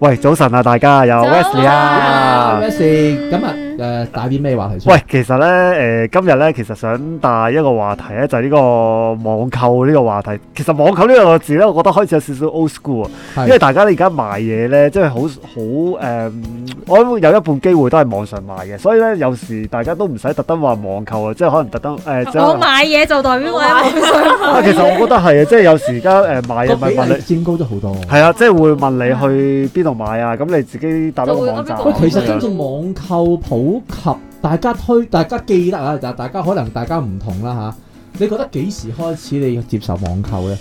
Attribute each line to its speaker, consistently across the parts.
Speaker 1: 喂，早晨啊，大家又
Speaker 2: 早
Speaker 1: Wesley 啊
Speaker 2: 啊。
Speaker 3: 咩事？今日誒帶啲咩話題出嚟？
Speaker 1: 喂，其實咧，誒、今日咧，其實想帶一個話題咧，就係、呢個網購呢個話題。其實網購呢兩個字咧，我覺得開始有少少 old school 啊，
Speaker 3: 係
Speaker 1: 因為大家咧而家買嘢咧，即係好好誒，嗯我諗有一半機會都係網上買嘅，所以咧有時大家都唔使特登話網購啊，即係可能特登誒，
Speaker 2: 哦
Speaker 1: 即係
Speaker 4: 我買嘢就代表我喺網上
Speaker 1: 啊，其實我覺得係啊，即係有時而家誒買嘢
Speaker 3: 個
Speaker 1: 咪
Speaker 3: 比
Speaker 1: 問
Speaker 3: 例
Speaker 1: 你。
Speaker 3: 升高咗好多。
Speaker 1: 係啊，即係會問你去邊度買啊，咁你自己搭到個網站。啊
Speaker 2: 就
Speaker 3: 喂，
Speaker 2: 會
Speaker 3: 其實
Speaker 2: 咁樣
Speaker 3: 跟住網購普及，大家推，大家記得啊，但大家可能大家唔同啦吓，你覺得幾時開始你要接受網購咧？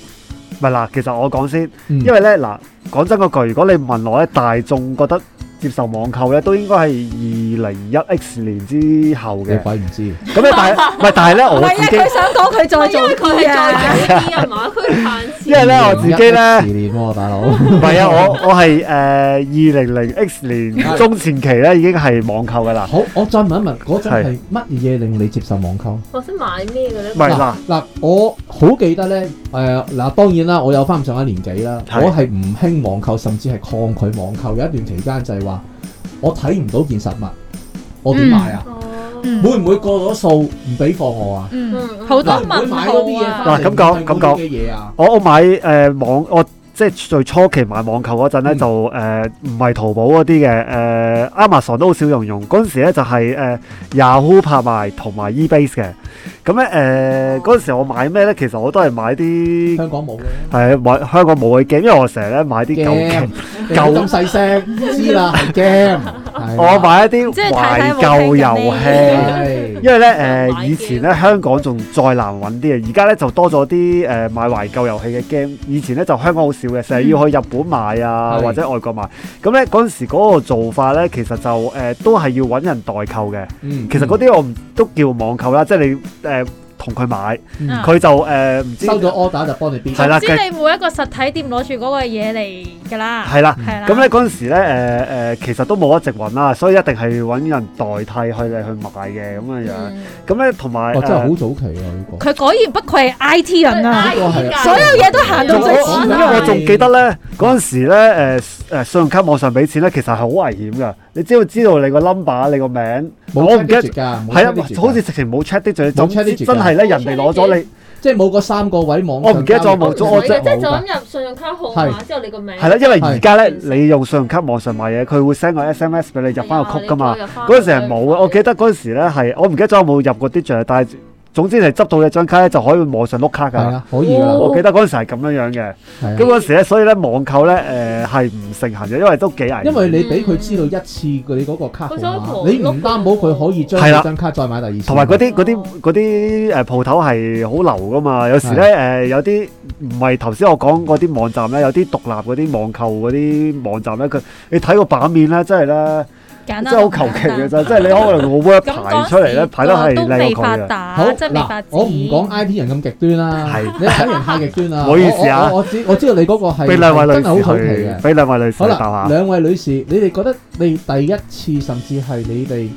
Speaker 1: 唔係嗱，其實我講先，
Speaker 3: 因
Speaker 4: 嗯
Speaker 1: 因為咧嗱，講真嗰句，如果你問我咧，大眾覺得接受網購咧，都應該係二零一 X 年之後
Speaker 3: 嗯你
Speaker 1: 嘅。
Speaker 3: 鬼唔知，
Speaker 1: 咁咧， 但係唔係，但係咧，
Speaker 4: 唔
Speaker 1: 我
Speaker 4: 係啊，
Speaker 1: 自
Speaker 4: 佢
Speaker 1: 己，
Speaker 4: 想講佢再做啲啊，
Speaker 2: 啲啊嘛， 佢限時
Speaker 1: 因為咧我自己咧，
Speaker 3: 十年喎，大佬。
Speaker 1: 唔係啊，我我係誒二零零 X 年中前期咧已經係網購噶啦。
Speaker 3: 好，我再問一問，嗰陣係乜嘢令你接受網購？
Speaker 2: 或者買咩嘅咧
Speaker 1: 唔？係嗱
Speaker 3: 嗱，嗱，我好記得咧，誒嗱，當然啦，我有翻咁上下年紀啦，
Speaker 1: 係
Speaker 3: 我係唔興網購，甚至係抗拒網購。有一段期間就係話，我睇唔到件實物，我點買啊？
Speaker 2: 哦，
Speaker 4: 嗯
Speaker 3: 會唔會過咗數唔俾貨我啊？
Speaker 4: 嗯，好多
Speaker 3: 嗱，會
Speaker 4: 問
Speaker 3: 買嗰啲
Speaker 4: 號
Speaker 3: 嘢
Speaker 4: 啊。
Speaker 3: 翻嚟
Speaker 1: 嗱咁講
Speaker 3: 唔係嗰啲
Speaker 1: 咁講
Speaker 3: 嘅嘢啊？
Speaker 1: 我我買誒、呃、網我。即係最初期買網購嗰陣咧，
Speaker 3: 嗯
Speaker 1: 就誒唔係淘寶嗰啲嘅，誒、Amazon 都好少用用。嗰陣時咧就係、呃 Yahoo 拍賣同埋 eBay 嘅。咁咧誒呃嗰陣時我買咩咧？其實我都係買啲
Speaker 3: 香港冇嘅。
Speaker 1: 係買香港冇嘅 game，因為我成日咧買啲舊 game，
Speaker 3: 舊咁細聲，知啦，係 game。係啊
Speaker 1: 我買一啲
Speaker 4: 即係
Speaker 1: 懷
Speaker 4: 太太冇
Speaker 1: 舊
Speaker 4: 聽
Speaker 1: 遊
Speaker 4: 緊啊
Speaker 1: 戲。
Speaker 3: 係
Speaker 1: 因為咧誒、
Speaker 2: 買
Speaker 1: 以前咧香港仲再難揾啲啊，而家咧就多咗啲誒買懷舊遊戲嘅 game。以前咧就香港好少嘅，成日要去日本買啊，
Speaker 3: 係
Speaker 1: 或者外國買。咁咧嗰陣時嗰個做法咧，其實就誒、呃都係要揾人代購嘅。
Speaker 3: 嗯
Speaker 1: 其實嗰啲我唔都叫網購啦，即係你誒同佢買，
Speaker 3: 嗯
Speaker 4: 啊
Speaker 1: 佢就呃誒唔、知
Speaker 3: 收咗 order 就幫你編
Speaker 1: 係啦
Speaker 4: 知你每一個實體店攞住嗰個嘢嚟㗎啦，
Speaker 1: 係啦。
Speaker 4: 係啦。
Speaker 1: 咁咧嗰陣時咧，誒、呃、其實都冇一直揾啦，所以一定係揾人代替去你去買嘅咁樣樣。咁咧同埋
Speaker 3: 哦，真係
Speaker 1: 誒
Speaker 3: 好早期喎呢個。
Speaker 4: 佢果然不愧係 I T 人啊！
Speaker 3: 所有
Speaker 4: 嘢都
Speaker 2: 啊
Speaker 4: 行到最
Speaker 1: 我
Speaker 4: 前
Speaker 1: 因
Speaker 4: 啦
Speaker 1: 為我仲記得咧，嗰陣時咧，誒誒信用卡網上俾錢咧，其實係好危險噶。你只要知道你個 number、你個名，
Speaker 3: 冇
Speaker 1: 我唔記得
Speaker 3: check digit 㗎，冇
Speaker 1: 係
Speaker 3: check digit
Speaker 1: 啊，
Speaker 3: 㗎
Speaker 1: 好似直情冇 check 啲就
Speaker 3: 冇 check
Speaker 1: 真
Speaker 3: digit 㗎
Speaker 1: 真係咧，人哋攞咗你
Speaker 3: 即係冇嗰三個位網上交易。
Speaker 1: 我唔記得咗冇咗我
Speaker 2: 即
Speaker 1: 真
Speaker 2: 係就
Speaker 3: 冇㗎
Speaker 2: 咁入信用卡號碼之後，你個名
Speaker 1: 係啦，因為而家咧，
Speaker 2: 係
Speaker 1: 你用信用卡網上買嘢，佢會 send 個 SMS 俾你入翻個曲噶嘛。
Speaker 2: 係啊。
Speaker 1: 嗰陣時係冇嘅，我記得嗰陣時咧係我唔記得咗有冇入過啲帳，但係總之你執到你張卡咧就可以網上碌卡
Speaker 3: 係
Speaker 1: 㗎。
Speaker 3: 啊，可以㗎啦
Speaker 2: 哦，
Speaker 1: 我記得嗰陣時係咁樣樣嘅。咁
Speaker 3: 係啊，
Speaker 1: 嗰陣時咧，所以咧網購咧誒係唔盛行嘅，因為都幾危險。
Speaker 3: 因為你俾佢知道一次佢嗰個卡號
Speaker 2: 佢想
Speaker 3: 碼，
Speaker 2: 狂
Speaker 3: 你唔擔保佢可以將
Speaker 1: 係啦
Speaker 3: 嗰張卡再買第二次。
Speaker 1: 同埋嗰啲嗰啲嗰啲誒鋪頭係好流噶嘛，有時咧誒、有啲唔係頭先我講嗰啲網站咧，有啲獨立嗰啲網購嗰啲網站咧，佢你睇個版面咧，真係咧，真
Speaker 4: 簡單
Speaker 1: 係好求其嘅咋，即係你可能個 word 排出嚟咧，排得係
Speaker 4: 都
Speaker 1: 靚
Speaker 4: 未
Speaker 1: 過
Speaker 4: 發
Speaker 1: 佢嘅。
Speaker 3: 好
Speaker 4: 達，即係未發
Speaker 3: 嗱
Speaker 4: 展，。
Speaker 3: 我唔講 I T 人咁極端啦，
Speaker 1: 係
Speaker 3: 你 I T 人太極端啦。
Speaker 1: 唔好意思啊
Speaker 3: 我我我知我知道你嗰個係
Speaker 1: 俾兩位
Speaker 3: 真
Speaker 1: 女
Speaker 3: 係好
Speaker 1: 士
Speaker 3: 早期嘅
Speaker 1: 去，。俾兩位女士
Speaker 3: 好
Speaker 1: 去
Speaker 3: 啦，
Speaker 1: 答下。
Speaker 3: 兩位女士，你哋覺得你第一次甚至係你哋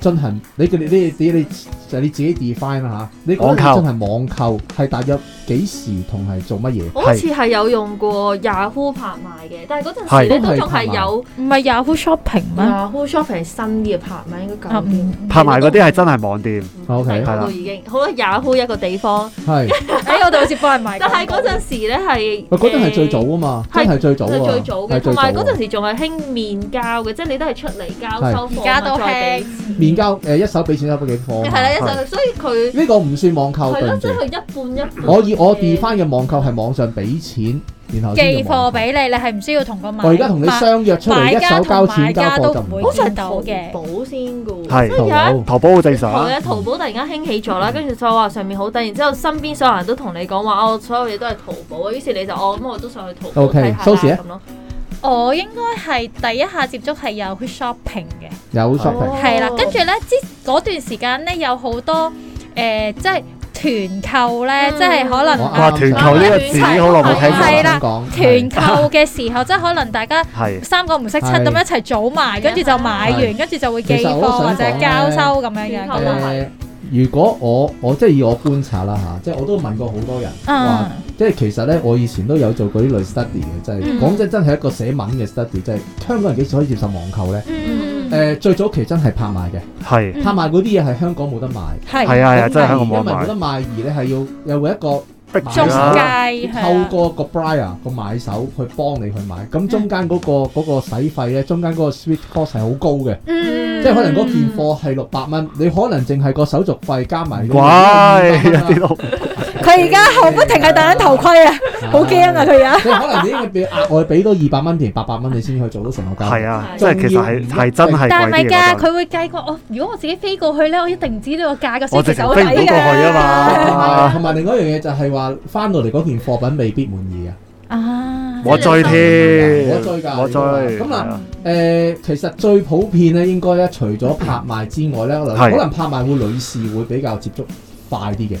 Speaker 3: 進行你嘅你你你你就你自己 define 啦嚇，你覺得
Speaker 1: 網
Speaker 3: 你
Speaker 1: 購
Speaker 3: 進行網購係大約幾時同係做乜嘢？
Speaker 2: 我好似係有用過 Yahoo 拍賣嘅，但係嗰陣時咧都仲係有
Speaker 4: 唔係 Yahoo Shopping 咩？
Speaker 2: Yahoo Shopping 係新啲嘅拍賣，應該
Speaker 4: 啊
Speaker 2: 舊啲。
Speaker 4: 唔，
Speaker 1: 拍埋嗰啲係真係網店，
Speaker 3: OK
Speaker 2: 係啦，已經好多 Yahoo 一個地方，
Speaker 3: 係，
Speaker 4: 哎，我哋好似幫人買廣告。
Speaker 2: 但係嗰陣時咧係
Speaker 3: 喂，嗰陣係最早啊嘛，真
Speaker 2: 係
Speaker 3: 係最早
Speaker 2: 係
Speaker 3: 啊，
Speaker 2: 最早嘅，
Speaker 3: 係
Speaker 2: 同
Speaker 3: 最
Speaker 2: 埋嗰
Speaker 3: 早啊
Speaker 2: 陣時仲係興面交嘅，即係你都係出嚟交
Speaker 3: 係
Speaker 2: 收貨，
Speaker 4: 而家都
Speaker 2: 再俾
Speaker 4: 興
Speaker 3: 面交誒一手俾錢一手俾幾貨啊
Speaker 2: 係
Speaker 3: 嘛，
Speaker 2: 啦，一陣所以佢
Speaker 3: 呢個唔算網購，
Speaker 2: 係
Speaker 3: 對
Speaker 2: 咯，
Speaker 3: 唔
Speaker 2: 即
Speaker 3: 住
Speaker 2: 係。佢一半一半。
Speaker 3: 我以我 define 嘅網購係網上俾錢，然後先
Speaker 4: 寄
Speaker 3: 叫網
Speaker 4: 貨
Speaker 3: 購。
Speaker 4: 俾你，你係唔需要同個買
Speaker 3: 我而家同你相約出嚟，
Speaker 4: 買
Speaker 3: 一
Speaker 4: 家
Speaker 3: 手
Speaker 4: 同
Speaker 3: 交
Speaker 4: 買
Speaker 3: 錢交
Speaker 4: 家
Speaker 3: 貨
Speaker 4: 都
Speaker 3: 就
Speaker 4: 唔
Speaker 3: 唔
Speaker 4: 會
Speaker 2: 好似係
Speaker 4: 見到
Speaker 2: 淘
Speaker 4: 嘅
Speaker 2: 寶先嘅喎，
Speaker 1: 係
Speaker 3: 淘
Speaker 2: 即係有一
Speaker 3: 寶。
Speaker 1: 淘寶好正常。
Speaker 2: 係啊，淘寶突然間興起咗啦，跟住就話上面好低，然之後身邊所有人都同你講話，哦，所有嘢都係淘寶啊，於是你就哦，咁我都上去淘寶
Speaker 3: OK，
Speaker 2: 睇下
Speaker 3: 蘇士
Speaker 2: 啦
Speaker 3: 咧
Speaker 2: 咁咯。
Speaker 4: 我應該係第一下接觸係有 shopping 嘅，
Speaker 3: 有 shopping
Speaker 2: 哦
Speaker 4: 係啦、跟住咧之嗰段時間咧有好多誒、呃即係團購咧，
Speaker 2: 嗯
Speaker 4: 即係可能
Speaker 3: 我啊
Speaker 1: 哇！
Speaker 3: 啱
Speaker 1: 團購呢個字好耐冇聽過
Speaker 4: 係
Speaker 1: 啦。
Speaker 4: 啦
Speaker 3: 講
Speaker 4: 團購嘅時候，即係可能大家
Speaker 1: 係
Speaker 4: 三個唔識七咁
Speaker 3: 係
Speaker 4: 一齊組埋，跟住就買完，跟住就會寄
Speaker 3: 其實
Speaker 4: 貨
Speaker 3: 我都
Speaker 4: 或
Speaker 3: 想
Speaker 4: 者
Speaker 3: 講呢
Speaker 4: 交收咁樣樣
Speaker 2: 團購
Speaker 4: 噶
Speaker 2: 啊
Speaker 4: 嘛。
Speaker 3: 誒，如果我我即係以我觀察啦吓，即係我都問過好多人話，
Speaker 4: 嗯
Speaker 3: 即係其實咧，我以前都有做過呢類 study 嘅，即係
Speaker 4: 嗯
Speaker 3: 講真真係一個寫文嘅 study，即係香港人幾時可以接受網購咧？
Speaker 4: 嗯
Speaker 3: 誒、呃最早期真係拍賣嘅，
Speaker 1: 係
Speaker 3: 拍賣嗰啲嘢係香港冇得賣，
Speaker 4: 係
Speaker 1: 係啊係啊，
Speaker 3: 咁
Speaker 1: 真係香港
Speaker 3: 而
Speaker 1: 冇
Speaker 3: 因為
Speaker 1: 得
Speaker 3: 冇得
Speaker 1: 賣，
Speaker 3: 賣而咧係要有一個
Speaker 1: 逼
Speaker 3: 賣
Speaker 4: 中
Speaker 1: 住
Speaker 3: 啦
Speaker 1: 啦，
Speaker 4: 介
Speaker 3: 透過個 buyer 個買手去幫你去買，
Speaker 4: 嗯
Speaker 3: 咁中間嗰、個嗰、個使費咧，中間嗰個 sweet cost 係好高嘅，
Speaker 4: 嗯
Speaker 3: 即係可能嗰件貨係六百蚊，你可能淨係個手續費加埋
Speaker 1: 唔
Speaker 3: 呢
Speaker 1: 怪
Speaker 3: 個
Speaker 1: 有
Speaker 3: 200
Speaker 1: 啲都
Speaker 4: 佢
Speaker 3: 蚊啦
Speaker 4: 而家好不停係戴緊頭盔啊，好驚啊！！佢而家
Speaker 3: 即係可能你已經俾額外俾多二百蚊定八百蚊，你先可以做到成個交易。
Speaker 1: 係啊，
Speaker 2: 係
Speaker 1: 即係其實係係真係
Speaker 4: 但係
Speaker 1: 貴
Speaker 4: 唔係
Speaker 1: 啲
Speaker 4: 㗎，
Speaker 1: 嘅。
Speaker 4: 佢會計過我。如果我自己飛過去咧，我一定知道個價格
Speaker 1: 我
Speaker 4: 先
Speaker 1: 直
Speaker 4: 至
Speaker 1: 情
Speaker 4: 手
Speaker 1: 飛
Speaker 4: 底
Speaker 1: 唔到過去啊
Speaker 3: 同埋
Speaker 1: 嘛，
Speaker 3: 同埋另外一樣嘢就係話，翻到嚟嗰件貨品未必滿意啊！
Speaker 4: 啊！
Speaker 1: 我追添，
Speaker 3: 我追㗎
Speaker 1: 我追
Speaker 3: 你都話咁啊
Speaker 1: 係啊
Speaker 3: 誒、其實最普遍咧，應該咧，除咗拍賣之外咧，可能
Speaker 1: 係
Speaker 3: 可能拍賣會女士會比較接觸快啲嘅。
Speaker 2: 嗯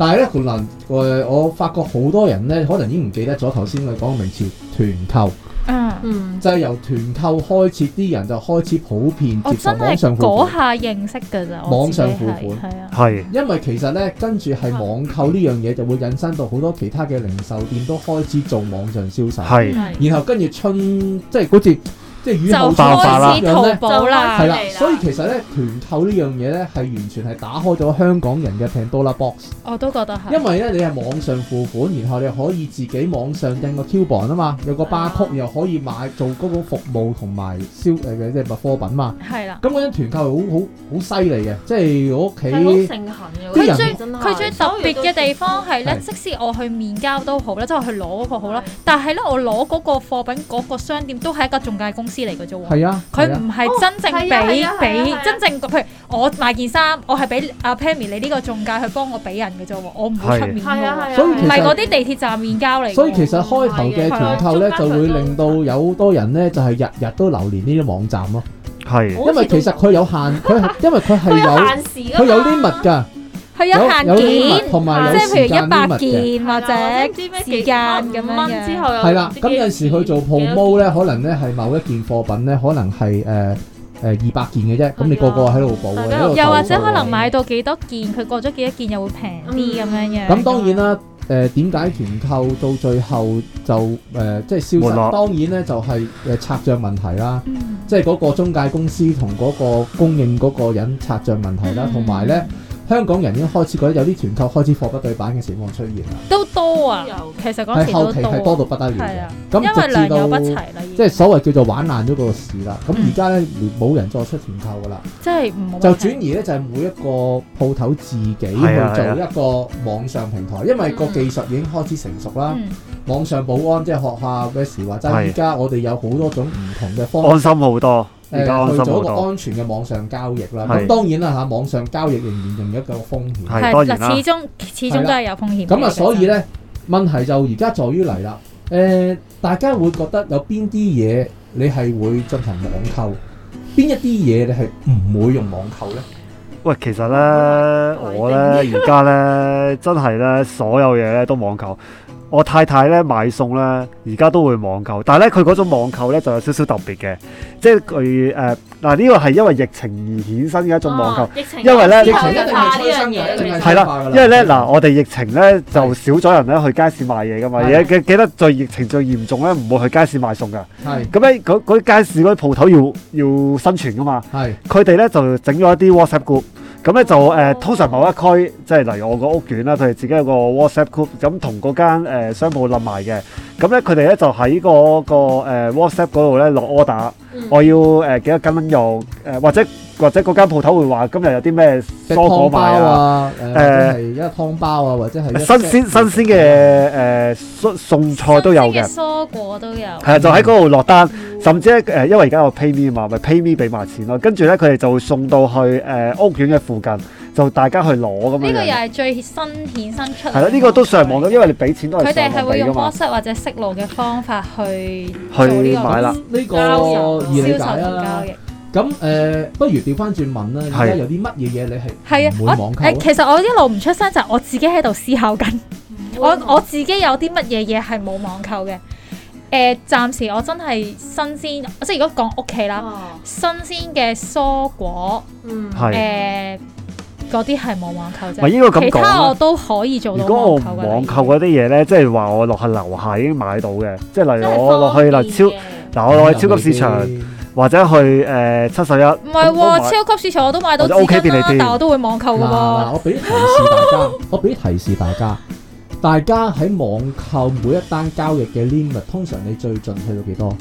Speaker 3: 但係咧，可能誒、我發覺好多人咧，可能已經唔記得咗頭先我講嘅名詞團購，
Speaker 4: 嗯，
Speaker 2: 嗯，
Speaker 3: 就係、由團購開始，啲人就開始普遍
Speaker 4: 我
Speaker 3: 接受
Speaker 4: 哦真
Speaker 3: 網
Speaker 4: 係
Speaker 3: 上付
Speaker 4: 嗰
Speaker 3: 款，
Speaker 4: 下認識㗎咋，我自
Speaker 3: 網
Speaker 4: 己
Speaker 3: 上
Speaker 4: 係
Speaker 3: 付款
Speaker 4: 係啊，
Speaker 1: 係
Speaker 3: 因為其實咧，跟住係網購呢樣嘢就會引申到好多其他嘅零售店都開始做網上銷售，
Speaker 1: 係
Speaker 2: 係
Speaker 3: 然後跟住春即係好似即係雨
Speaker 4: 就
Speaker 3: 後
Speaker 1: 爆發啦
Speaker 4: 開始淘寶啦
Speaker 3: 係，啦
Speaker 2: 嚟，啦
Speaker 3: 所以其實咧團購呢樣嘢咧係完全係打開咗香港人嘅 Pandora box，
Speaker 4: 我都覺得係。
Speaker 3: 因為咧你係網上付款，然後你可以自己網上印個 coupon 啊嘛，有個巴曲又可以買做嗰種服務同埋銷誒嘅即係物貨品嘛。
Speaker 4: 係啦，
Speaker 3: 咁嗰種團購係好好好犀利嘅，即係我屋
Speaker 2: 係好
Speaker 3: 企
Speaker 2: 盛行嘅，
Speaker 3: 啲人
Speaker 2: 佢
Speaker 3: 佢
Speaker 2: 最
Speaker 4: 佢最特別嘅地方係咧，
Speaker 3: 係
Speaker 4: 即使我去面交都好啦，即係我去攞嗰個好啦，但係咧我攞嗰個貨品嗰個商店都係一個中介公司嚟嘅啫喎。
Speaker 3: 係啊，
Speaker 4: 佢
Speaker 3: 係啊
Speaker 4: 唔係真正
Speaker 2: 哦係
Speaker 4: 俾
Speaker 2: 啊係啊係
Speaker 4: 俾
Speaker 2: 啊係啊
Speaker 4: 真正，譬如我買件衫，我係俾阿 Pammy 你呢個中介去幫我俾人嘅啫喎，我唔會出面
Speaker 2: 係啊係
Speaker 4: 嘅
Speaker 2: 啊，
Speaker 3: 所以
Speaker 4: 喎，
Speaker 3: 其
Speaker 4: 唔
Speaker 3: 實
Speaker 4: 係嗰啲地鐵站面交嚟嘅喎。
Speaker 3: 所以其實開頭嘅團購咧
Speaker 2: 係啊
Speaker 3: 就會令到有好多人咧就係日日都流連呢啲網站咯，
Speaker 1: 係
Speaker 2: 好
Speaker 3: 因為其實佢有限，佢係因為佢係有
Speaker 2: 限時
Speaker 3: 佢有啲密㗎。
Speaker 4: 佢有
Speaker 3: 有有
Speaker 4: 啊限
Speaker 3: 啲
Speaker 4: 件
Speaker 3: 物，同埋
Speaker 4: 即
Speaker 3: 有
Speaker 4: 係譬
Speaker 3: 時
Speaker 4: 如一
Speaker 3: 間啲
Speaker 4: 百
Speaker 3: 物嘅。
Speaker 2: 啊
Speaker 4: 件或者時間咁樣
Speaker 2: 蚊之
Speaker 4: 嘅。
Speaker 2: 後又
Speaker 3: 係啦，咁有陣時佢做 promo 咧，可能咧係某一件貨品咧，可能係誒誒呃二百件嘅啫，咁你個個喺度補
Speaker 2: 大
Speaker 3: 嘅，
Speaker 2: 家
Speaker 3: 喺度啊
Speaker 4: 又或者
Speaker 3: 投訴嘅
Speaker 4: 可能買到幾多件，佢過咗幾多件又會平啲咁樣嘅。
Speaker 3: 嗯咁當然啦，誒點解團購到最後就誒、即係消
Speaker 1: 沒
Speaker 3: 失？
Speaker 1: 落
Speaker 3: 當然咧就係、誒拆帳問題啦，
Speaker 4: 嗯，
Speaker 3: 即係嗰個中介公司同嗰個供應嗰個人拆帳問題啦，
Speaker 4: 嗯
Speaker 3: 同埋咧香港人已經開始覺得有啲團購開始貨不對版嘅情況出現啦，
Speaker 4: 都多啊，
Speaker 2: 有
Speaker 4: 其實嗰
Speaker 3: 係
Speaker 4: 時
Speaker 3: 後期係
Speaker 4: 都多
Speaker 3: 多到不得了
Speaker 4: 係
Speaker 3: 嘅
Speaker 4: 啊。
Speaker 3: 咁
Speaker 4: 因為
Speaker 3: 直至
Speaker 4: 良
Speaker 3: 到
Speaker 4: 莠不齊啦，已
Speaker 3: 即
Speaker 4: 經
Speaker 3: 係所謂叫做玩爛咗個市啦。咁
Speaker 4: 嗯
Speaker 3: 而家咧連冇人再出團購噶啦，
Speaker 4: 即係唔好
Speaker 3: 就
Speaker 4: 話
Speaker 3: 轉
Speaker 4: 平
Speaker 3: 移咧就係每一個鋪頭自己去做
Speaker 1: 係啊
Speaker 3: 一個網上平台，因為個技術已經開始成熟啦。
Speaker 4: 嗯
Speaker 3: 網上保安即係學校嘅時話齋，
Speaker 1: 係
Speaker 3: 依家我哋有好多種唔同嘅方
Speaker 1: 安心好多，而家安
Speaker 3: 誒
Speaker 1: 心
Speaker 3: 去做
Speaker 1: 好
Speaker 3: 一個
Speaker 1: 多，
Speaker 3: 安全嘅網上交易啦。
Speaker 1: 係
Speaker 3: 咁當然啦嚇，網上交易仍然仲有一個風險。
Speaker 1: 係當然啦
Speaker 4: 嗱，始終始終都係有風險嘅。
Speaker 3: 咁
Speaker 4: 其實
Speaker 3: 啊，所以咧問題就而家在於嚟啦。誒、大家會覺得有邊啲嘢你係會進行網購，邊一啲嘢你係唔會用網購咧？
Speaker 1: 喂，其實咧，我咧 而家咧真係咧，所有嘢咧都網購。我太太咧買餸咧，而家都會網購，但係咧佢嗰種網購咧就有少少特別嘅，即係佢誒嗱呢個係因為疫情而衍生嘅一種網購。，
Speaker 2: 哦
Speaker 1: 因為咧
Speaker 3: 疫
Speaker 1: 疫
Speaker 3: 情
Speaker 1: 情
Speaker 3: 一
Speaker 1: 一
Speaker 3: 定
Speaker 1: 定
Speaker 3: 係
Speaker 1: 係
Speaker 3: 催
Speaker 2: 催
Speaker 3: 生
Speaker 2: 生
Speaker 3: 嘅，一
Speaker 2: 嘅一
Speaker 3: 定
Speaker 2: 定
Speaker 3: 係嗯
Speaker 2: 係
Speaker 1: 係啦因為咧嗱，，我哋疫情咧就少咗人咧去街市買嘢噶嘛，
Speaker 3: 係
Speaker 1: 而家記得最疫情最嚴重咧唔會去街市買餸噶，
Speaker 3: 係
Speaker 1: 咁咧嗰嗰啲街市嗰啲鋪頭要要生存噶嘛。
Speaker 3: 係
Speaker 1: 佢哋咧就整咗一啲 WhatsApp group，咁咧就
Speaker 3: 哦
Speaker 1: 誒、呃通常某一區，即係例如我個屋苑啦，佢哋自己有個 WhatsApp group，咁同嗰間、呃、商鋪冧埋嘅，咁咧佢哋咧就喺嗰、個、呃、WhatsApp 嗰度咧落 order，我
Speaker 2: 嗯
Speaker 1: 要誒、呃、幾多斤肉，誒、呃或者或者嗰間鋪頭會話今日有啲咩
Speaker 3: 即係
Speaker 1: 蔬果
Speaker 3: 湯包
Speaker 1: 賣啊。
Speaker 3: 啊，誒、或者係一個湯包啊，或者係一
Speaker 1: 新鮮新鮮嘅誒蔬餸菜都有
Speaker 4: 新鮮
Speaker 1: 嘅，
Speaker 4: 蔬果都有。
Speaker 1: 係啊，就喺嗰度落單，甚至咧誒，因為而家有 PayMe 啊嘛，咪 PayMe 俾埋錢咯，跟住咧佢哋就會送到去誒、屋苑嘅附近，就大家去攞咁樣
Speaker 4: 呢個又
Speaker 1: 樣。
Speaker 4: 係最新衍生出嚟。
Speaker 1: 係啦，呢、個都上網嘅，因為你俾錢都係
Speaker 4: 佢哋
Speaker 1: 上
Speaker 4: 係
Speaker 1: 網
Speaker 4: 會
Speaker 1: 俾
Speaker 4: 用
Speaker 1: 噶嘛。
Speaker 4: WhatsApp 或者識路嘅方法去做呢
Speaker 1: 去
Speaker 4: 個
Speaker 1: 買啦，
Speaker 3: 呢
Speaker 2: 交
Speaker 3: 個
Speaker 2: 易
Speaker 3: 易理
Speaker 4: 銷售
Speaker 3: 解啊
Speaker 4: 同
Speaker 3: 啦
Speaker 4: 交。易。
Speaker 3: 咁誒、不如調翻轉問啦，而家
Speaker 1: 係
Speaker 3: 有啲乜嘢嘢你係
Speaker 4: 係啊，
Speaker 3: 唔會
Speaker 4: 我
Speaker 3: 網購
Speaker 4: 誒其實我一路唔出聲，就係我自己喺度思考緊，我
Speaker 2: 哦
Speaker 4: 我自己有啲乜嘢嘢係冇網購嘅。誒，暫時我真係新鮮，即係如
Speaker 1: 哦
Speaker 4: 果講屋企啦，
Speaker 2: 啦，
Speaker 4: 新鮮嘅蔬果，
Speaker 2: 嗯
Speaker 1: 係
Speaker 4: 誒嗰啲係冇網購
Speaker 1: 唔係
Speaker 4: 啫，
Speaker 1: 應該咁
Speaker 4: 其
Speaker 1: 講
Speaker 4: 他
Speaker 1: 啊
Speaker 4: 我都可以做
Speaker 1: 如
Speaker 4: 到
Speaker 1: 果我
Speaker 4: 網
Speaker 1: 唔
Speaker 4: 購嘅。
Speaker 1: 網購嗰啲嘢咧，即係話我落去樓下已經買到嘅，即係例
Speaker 4: 真
Speaker 1: 如
Speaker 4: 係
Speaker 1: 我落去
Speaker 4: 方
Speaker 1: 嗱
Speaker 4: 便
Speaker 1: 超
Speaker 4: 嘅嗯
Speaker 1: 嗱我落去超級市場或者去誒七十一，
Speaker 4: 唔
Speaker 1: 唔
Speaker 4: 係喎，超級市場我都買到
Speaker 1: 或者
Speaker 4: 紙
Speaker 1: OK
Speaker 4: 巾
Speaker 1: 便利
Speaker 4: 啦
Speaker 1: 店，
Speaker 4: 但我都會網購
Speaker 3: 嗱
Speaker 4: 嘅
Speaker 3: 嗱，
Speaker 4: 喎。
Speaker 3: 我俾提示 大家，我俾提示大家，大家喺網購每一單交易嘅 limit，通常你最盡去到幾多？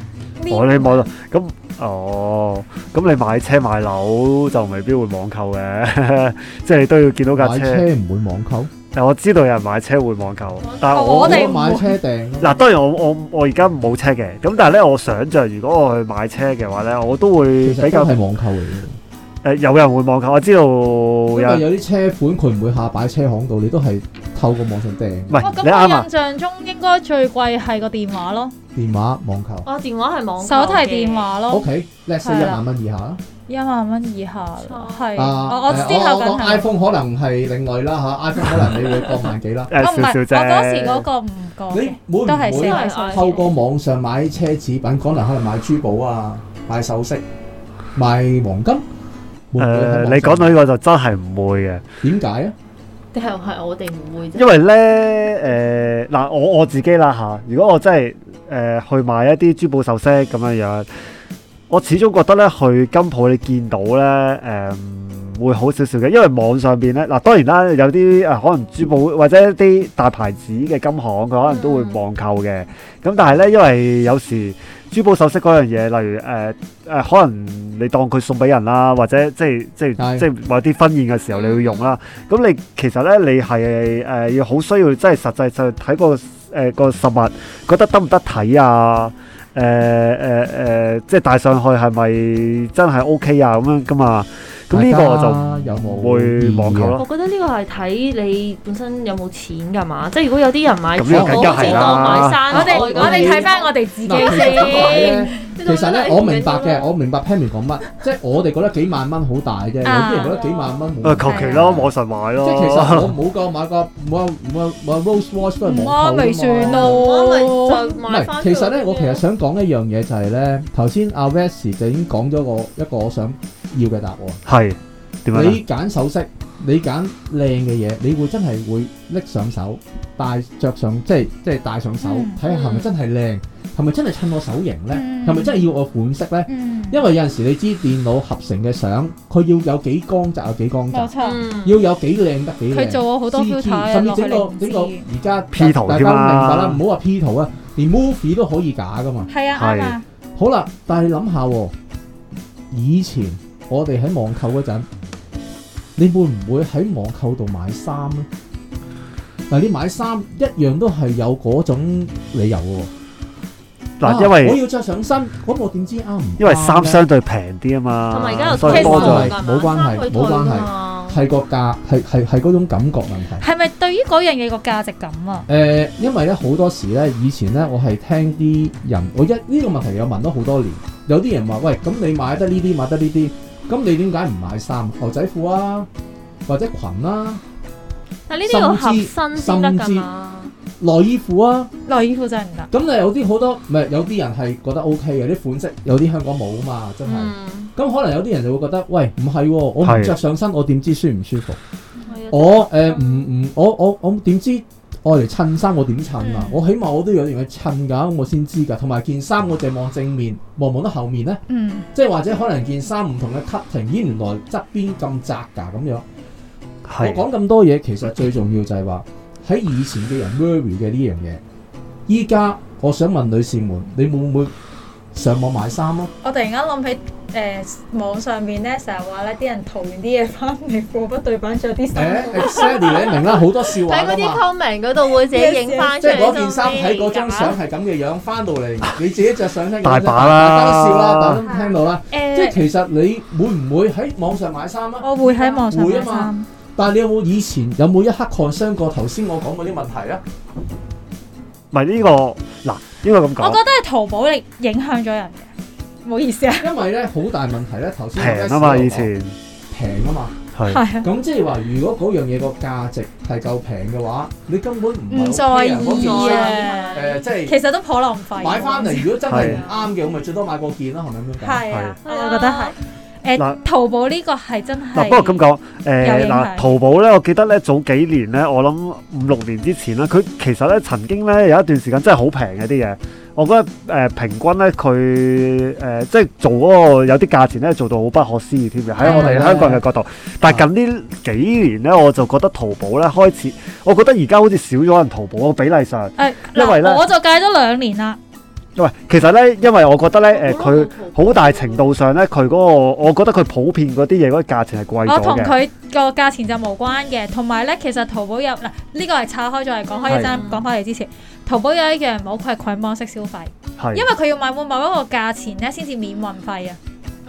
Speaker 1: 我你網咁哦，咁你買車買樓就未必會網購嘅， 即係你都要見到架
Speaker 3: 買
Speaker 1: 車。
Speaker 3: 車唔會網購，
Speaker 1: 但我知道有人買車會網購，但係
Speaker 4: 哦我
Speaker 1: 我
Speaker 4: 哋唔會
Speaker 3: 買車訂咯
Speaker 1: 嗱當然我我我而家冇車嘅，咁但係咧我想像如果我去買車嘅話咧，我都會
Speaker 3: 其實
Speaker 1: 比
Speaker 3: 都
Speaker 1: 較誒、
Speaker 3: 係網購嚟嘅，
Speaker 1: 有人會網購，我知道
Speaker 3: 因
Speaker 1: 有
Speaker 3: 為有啲車款佢唔會下擺車行度，你都係透過網上訂
Speaker 1: 唔係
Speaker 4: 哇
Speaker 1: 你啱
Speaker 4: 哦咁我
Speaker 1: 啊。
Speaker 4: 印，象中應該最貴係個電話咯，
Speaker 3: 電話網購。
Speaker 2: 我哦電話係網
Speaker 4: 手提電話
Speaker 3: O
Speaker 4: 咯，
Speaker 3: K，叻四一
Speaker 4: 係啦
Speaker 3: 萬蚊以下啦。
Speaker 4: 一萬蚊以下啦係。
Speaker 3: 啊
Speaker 4: 我我
Speaker 3: 誒
Speaker 4: 思考緊
Speaker 3: 我
Speaker 4: 係。
Speaker 3: iPhone 可能係另類啦嚇，iPhone 可能你會過萬幾啦
Speaker 1: 誒
Speaker 4: 哦我唔
Speaker 1: 少
Speaker 4: 係，
Speaker 1: 少
Speaker 4: 我
Speaker 1: 啫。
Speaker 4: 嗰時嗰個唔講嘅，
Speaker 3: 你會唔
Speaker 4: 哦都係四
Speaker 3: 會
Speaker 2: 係
Speaker 4: 位數字。
Speaker 3: 透過網上買奢侈品，可能可能買珠寶啊、買首飾、買黃金？
Speaker 1: 誒、
Speaker 3: 會唔會喺網上
Speaker 1: 你講到呢個就真係唔會嘅，
Speaker 3: 點解啊？
Speaker 2: 定係係我哋唔會啫
Speaker 1: 因。為咧誒嗱，我我自己啦嚇，如果我真係誒、呃去買一啲珠寶首飾咁樣樣，我始終覺得咧去金鋪你見到咧誒、會好少少嘅，因為網上邊咧嗱當然啦，有啲誒、呃可能珠寶或者一啲大牌子嘅金行，佢可能都會網購嘅。咁但係咧，因為有時珠寶首飾嗰樣嘢，例如誒誒、呃可能你當佢送俾人啦，或者即係即係
Speaker 3: 係嗯
Speaker 1: 即係話啲婚宴嘅時候你要用啦。咁你其實咧，你係誒、呃要好需要，真係實際上睇個誒、呃、個實物，覺得得唔得睇啊？誒誒誒，即係戴上去係咪真係 OK 啊？咁樣噶嘛？咁呢個我就呃
Speaker 3: 大家有冇
Speaker 1: 會網購咯
Speaker 2: 我覺得呢個係睇你本身有冇錢㗎嘛，即係如果有啲人買
Speaker 1: 咁呢
Speaker 3: 個
Speaker 2: 我
Speaker 3: 梗
Speaker 2: 好似
Speaker 3: 係啦
Speaker 2: 當買衫，
Speaker 4: 我哋
Speaker 3: 我
Speaker 4: 我哋睇翻我哋自己
Speaker 3: 嗱其實呢排
Speaker 4: 先。
Speaker 3: 咧其實咧，我明白嘅，我明白 Pammy 講乜，即係我哋覺得幾萬蚊好大啫，有啲人覺得幾萬蚊冇
Speaker 1: 誒。求其咯，網上買
Speaker 3: 即
Speaker 1: 咯。
Speaker 3: 嗯係其實我冇夠買個冇冇冇 Rolls Royce 都係
Speaker 4: 唔啱
Speaker 3: 網購㗎
Speaker 4: 咪
Speaker 3: 嘛
Speaker 4: 算
Speaker 2: 我
Speaker 4: 咯。
Speaker 2: 咪就
Speaker 3: 唔
Speaker 2: 買
Speaker 3: 係，
Speaker 2: 翻。
Speaker 3: 其實咧，我其實想講一樣嘢就係咧，頭先阿 West 就已經講咗個一個我想要嘅答案。
Speaker 1: 係點樣啊咧？
Speaker 3: 你揀首飾，你揀靚嘅嘢，你會真係會拎上手，戴着上，即係即係戴上手
Speaker 4: 嗯，
Speaker 3: 睇下係咪真係靚，係咪真係襯我手型咧，
Speaker 4: 嗯
Speaker 3: 係咪真係要我款式咧？
Speaker 4: 嗯，
Speaker 3: 因為有陣時你知電腦合成嘅相，佢要有幾光澤有幾光
Speaker 4: 冇
Speaker 3: 澤，
Speaker 4: 錯。
Speaker 2: 嗯
Speaker 3: 要有幾靚得幾靚。
Speaker 4: 佢做咗好多
Speaker 3: CG
Speaker 4: filter
Speaker 3: 甚至
Speaker 4: 落去你
Speaker 3: 整個整個
Speaker 4: 唔
Speaker 3: 而家
Speaker 1: P 圖
Speaker 3: 大家
Speaker 1: 添
Speaker 3: 明白
Speaker 1: 啊
Speaker 3: 啦，唔好話 P 圖啊，連 movie 都可以假噶嘛。
Speaker 4: 知。係啊，啱啊。
Speaker 3: 好啦，但係你諗下喎，以前我哋喺網購嗰陣，你會唔會喺網購度買衫咧？嗱，你買衫一樣都係有嗰種理由嘅喎。
Speaker 1: 嗱，
Speaker 3: 啊
Speaker 1: 因
Speaker 3: 我
Speaker 1: 為
Speaker 3: 要着上身，咁我點知啱唔啱呢？
Speaker 1: 因為衫相對平啲啊嘛，
Speaker 2: 同埋而家有
Speaker 1: 所以
Speaker 3: 推
Speaker 1: 多
Speaker 3: 廣
Speaker 1: 咗
Speaker 3: 啊。冇關係冇關係
Speaker 2: 啊
Speaker 3: 係個價，係係係嗰種感覺問題。
Speaker 4: 係咪對於嗰樣嘢個價值感啊？
Speaker 3: 誒、呃因為咧好多時咧，以前咧我係聽啲人，我一呢、個問題有問咗好多年，有啲人話：喂，咁你買得呢啲，買得呢啲，咁你點解唔買衫、牛仔褲啊，或者裙啊啦、
Speaker 2: 但呢啲要合身先得㗎嘛。
Speaker 3: 內衣褲啊？
Speaker 4: 內衣褲真係唔得。
Speaker 3: 咁咧有啲好多唔係有啲人係覺得 O K 嘅，啲款式有啲香港冇啊嘛，真係。
Speaker 2: 嗯，
Speaker 3: 咁可能有啲人就會覺得，喂，唔係喎，我唔
Speaker 1: 係
Speaker 3: 着上身，我點知舒唔舒服？
Speaker 2: 係啊
Speaker 3: 我誒唔唔，我我我點知我嚟襯衫我點襯啊
Speaker 4: 嗯？
Speaker 3: 我起碼我都有樣嘢襯㗎，我先知㗎。同埋件衫我淨係望正面，望唔望到後面咧，
Speaker 4: 嗯，
Speaker 3: 即係或者可能件衫唔同嘅 cutting，咦原來側邊咁窄㗎咁樣。我
Speaker 1: 係
Speaker 3: 講咁多嘢，其實最重要就係話喺以前嘅人 worry 嘅呢樣嘢，依家我想問女士們，你會唔會上網買衫咯？啊
Speaker 4: 我突然間諗起誒網上面咧，成日話咧啲人淘完啲嘢翻嚟，貨不對版着啲
Speaker 3: 誒、e x a c t l y 你明啦，好多笑話
Speaker 1: 啊
Speaker 2: 喺嗰
Speaker 3: 㗎
Speaker 2: 啲
Speaker 3: 嘛。
Speaker 2: comment 嗰度會自己影翻
Speaker 3: 即
Speaker 2: 出
Speaker 3: 係
Speaker 2: 嚟。
Speaker 3: 嗰件衫喺嗰張相係咁嘅樣，翻到 嚟你自己着上身，
Speaker 1: 大把啦
Speaker 3: 大家都笑啦，大家都聽到啦。即係
Speaker 4: 誒，
Speaker 3: 其實你會唔會喺網上買衫啊？
Speaker 4: 我會喺網上買
Speaker 3: 會啊
Speaker 4: 衫。
Speaker 3: 但係你有冇以前有冇一刻 concern 過頭先我講嗰啲問題啊？
Speaker 1: 唔係呢個嗱？應該咁
Speaker 4: 我
Speaker 1: 講
Speaker 4: 覺。得係淘寶嚟影響咗人嘅，唔好意思啊。
Speaker 3: 因為咧好大問題咧，頭先
Speaker 1: 平啊嘛，以前
Speaker 3: 平啊嘛，
Speaker 1: 係
Speaker 4: 係啊，
Speaker 3: 咁即係話如果嗰樣嘢個價值係夠平嘅話，你根本唔
Speaker 4: 唔
Speaker 3: 係
Speaker 4: 在
Speaker 3: care 嗰件
Speaker 4: 意
Speaker 3: 衫
Speaker 4: 啊。
Speaker 3: 誒，即係
Speaker 4: 其實都頗浪費。
Speaker 3: 買翻嚟，如果真係
Speaker 1: 係
Speaker 3: 唔啱嘅，我咪最多買個件啦，係咪咁樣講？
Speaker 4: 係啊，我覺得係。誒、誒
Speaker 1: 嗱
Speaker 4: 淘寶呢個係真係
Speaker 1: 嗱，不過咁講，誒
Speaker 4: 有影
Speaker 1: 嗱，
Speaker 4: 響
Speaker 1: 淘寶咧，我記得咧早幾年咧，我諗五六年之前啦，佢其實咧曾經咧有一段時間真係好平嘅啲嘢，我覺得誒、平均咧佢誒即係做嗰個有啲價錢咧做到好不可思議添嘅，喺我
Speaker 4: 啊
Speaker 1: 哋
Speaker 3: 嗯
Speaker 1: 香港人嘅角度。但係近呢幾年咧，我就覺得淘寶咧開始，我覺得而家好似少咗人淘寶個比例上，
Speaker 4: 誒
Speaker 1: 因為咧
Speaker 4: 嗱，我就戒咗兩年啦，
Speaker 1: 因為其實咧，因為我覺得咧誒
Speaker 2: 好啦
Speaker 1: 佢。好大程度上咧，佢嗰、個我覺得佢普遍嗰啲嘢嗰啲價錢係貴
Speaker 4: 我
Speaker 1: 咗
Speaker 4: 同
Speaker 1: 嘅。
Speaker 4: 佢個價錢就無關嘅，同埋咧其實淘寶有嗱呢個係拆開咗嚟講，可以
Speaker 1: 係
Speaker 4: 一陣講翻嚟之前，淘寶有一樣唔好，佢係捆綁式消費，
Speaker 1: 係
Speaker 4: 因為佢要買滿某一個價錢咧先至免運費啊，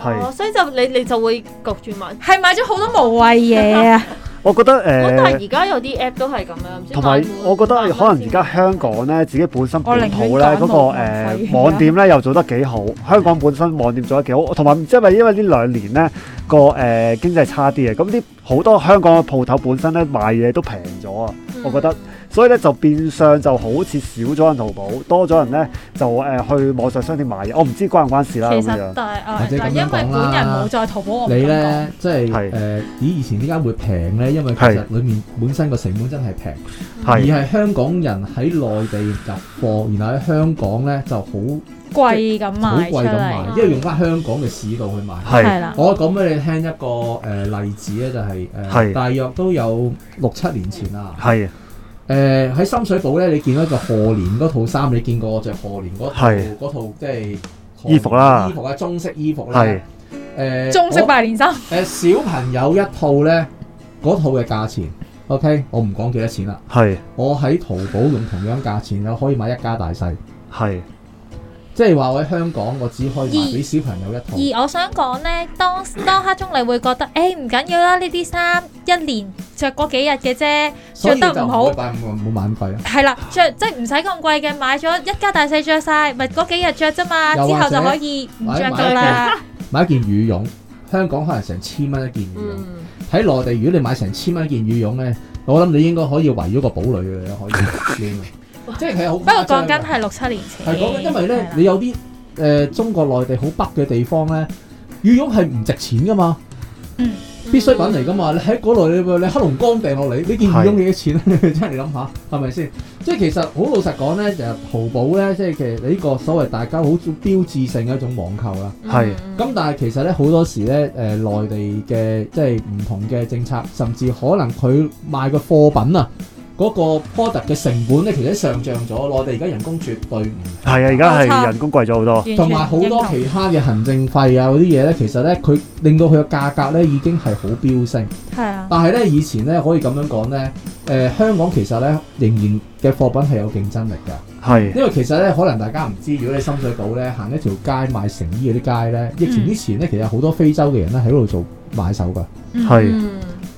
Speaker 1: 係。
Speaker 2: 哦，所以就你你就會焗住買。
Speaker 4: 係買咗好多無謂嘢 啊，
Speaker 1: 我覺得
Speaker 2: 咁但
Speaker 1: 誒，
Speaker 2: 係而家有啲 app 都係咁樣，唔知
Speaker 1: 同埋
Speaker 2: 買滿
Speaker 1: 我覺得
Speaker 2: 買滿
Speaker 1: 可能而
Speaker 2: 先
Speaker 1: 家香港咧自己本身
Speaker 4: 我寧
Speaker 1: 本
Speaker 4: 願
Speaker 1: 土咧
Speaker 4: 揀
Speaker 1: 嗰個
Speaker 4: 網
Speaker 1: 誒
Speaker 4: 費
Speaker 1: 網店咧又做得幾好，香港本身網店做得幾好，同埋唔知係咪因為呢兩年咧個誒經濟差啲嘅，啊咁啲好多香港嘅鋪頭本身咧賣嘢都平咗啊，
Speaker 2: 嗯
Speaker 1: 我覺得，所以咧就變相就好似少咗人淘寶，多咗人咧就誒去網上商店買嘢，我唔知關唔關事
Speaker 4: 其
Speaker 1: 啦咁樣
Speaker 4: 實。但係
Speaker 3: 或
Speaker 4: 啊
Speaker 3: 者咁樣
Speaker 4: 嗱，因為
Speaker 3: 講啦
Speaker 4: 本人冇在淘寶，我唔
Speaker 3: 你
Speaker 4: 哦敢講。
Speaker 3: 咧即係
Speaker 1: 係
Speaker 3: 誒，以以前點解會平咧？因為其實裡面本身個成本真係平，而
Speaker 1: 係
Speaker 3: 係香港人喺內地入貨，然後喺香港咧就好
Speaker 4: 貴咁賣出嚟，哦
Speaker 3: 好貴咁賣，因為用翻香港嘅市道去賣。
Speaker 1: 係
Speaker 4: 係啦，
Speaker 3: 我講俾你聽一個誒、呃例子咧，就係、誒、
Speaker 1: 係
Speaker 3: 大約都有六七年前啦。
Speaker 1: 係
Speaker 3: 誒、喺深水埗咧，你見到一個賀年嗰套衫，你見過我着賀年嗰套
Speaker 1: 係
Speaker 3: 嗰套即係
Speaker 1: 衣服啦
Speaker 3: 衣服啊，中式衣服啦。
Speaker 1: 係
Speaker 3: 誒、呃、
Speaker 4: 中式拜年衫
Speaker 3: 我誒、小朋友一套咧，嗰套嘅價錢，OK，我唔講幾多錢啦。
Speaker 1: 係
Speaker 3: 我喺淘寶用同樣價錢，我可以買一家大細。
Speaker 1: 係
Speaker 3: 即係話我喺香港，我只可以賣俾小朋友一套。
Speaker 4: 而我想講呢，當當刻中你會覺得，誒唔緊要啦，呢啲衫一年着嗰幾日嘅啫，
Speaker 3: 所以就
Speaker 4: 着得唔好
Speaker 3: 會買冇冇買咁貴啊！
Speaker 4: 係啦，着即係唔使咁貴嘅，買咗一家大細着晒，咪嗰幾日着啫嘛，之
Speaker 3: 又或者
Speaker 4: 後就可以唔着噶啦。
Speaker 3: 買一件羽絨，香港可能成千蚊一件羽絨，
Speaker 2: 嗯，
Speaker 3: 喺內地如果你買成千蚊一件羽絨咧，我諗你應該可以圍咗個堡壘嘅，可以 即係佢好。
Speaker 4: 不過講緊係六七年前，
Speaker 3: 係講緊，因為
Speaker 4: 係啊
Speaker 3: 咧
Speaker 4: 啦
Speaker 3: 你有啲誒、呃中國內地好北嘅地方咧，羽絨係唔值錢噶嘛，必需品嚟噶嘛。你喺嗰度你你黑龍江訂落嚟，呢件羽絨幾多錢咧？ 真係你諗下係咪先？即係其實好老實講咧，就係淘寶咧，即係其實你呢個所謂大家好標誌性嘅一種網購啦。
Speaker 2: 嗯，
Speaker 1: 係
Speaker 2: 嗯
Speaker 3: 咁但係其實咧好多時咧，誒、呃、內地嘅即係唔同嘅政策，甚至可能佢賣嘅貨品啊，嗰、個 product 嘅成本咧，其實上漲咗。內地而家人工絕對唔
Speaker 1: 係啊！而家係人工貴咗好多。
Speaker 4: 完全
Speaker 3: 同埋好多其他嘅行政費啊嗰啲嘢咧，其實咧佢令到佢嘅價格咧已經係好飆升。
Speaker 4: 係啊，
Speaker 3: 但係咧以前咧可以咁樣講咧，誒、香港其實咧仍然嘅貨品係有競爭力㗎。
Speaker 1: 係
Speaker 3: 因為其實咧，可能大家唔知，如果你深水埗咧行一條街賣成衣嗰啲街咧，疫情之前咧，其實好多非洲嘅人咧喺度做買手噶。
Speaker 1: 係
Speaker 2: 嗯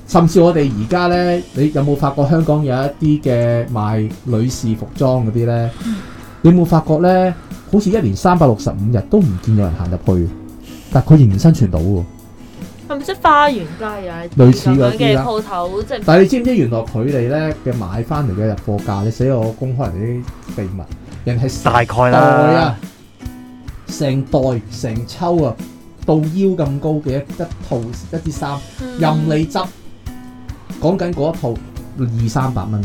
Speaker 3: 甚至我哋而家咧，你有冇發覺香港有一啲嘅賣女士服裝嗰啲咧
Speaker 4: 嗯？
Speaker 3: 你有冇發覺咧？好似一年三百六十五日都唔見有人行入去，但佢仍然生存到喎。
Speaker 2: 係咪即係花園街啊？
Speaker 3: 類似
Speaker 2: 咁
Speaker 3: 嗰
Speaker 2: 樣
Speaker 3: 啲
Speaker 2: 嘅
Speaker 3: 啦
Speaker 2: 鋪頭，即係
Speaker 3: 但係你知唔知原來佢哋咧嘅買翻嚟嘅入貨價，你死我公開人哋啲秘密，人係成
Speaker 1: 大概
Speaker 3: 袋
Speaker 1: 啦
Speaker 3: 啊，，成袋成抽啊，到腰咁高嘅一一套一啲衫，
Speaker 2: 嗯
Speaker 3: 任你執。講緊嗰一套二三百蚊，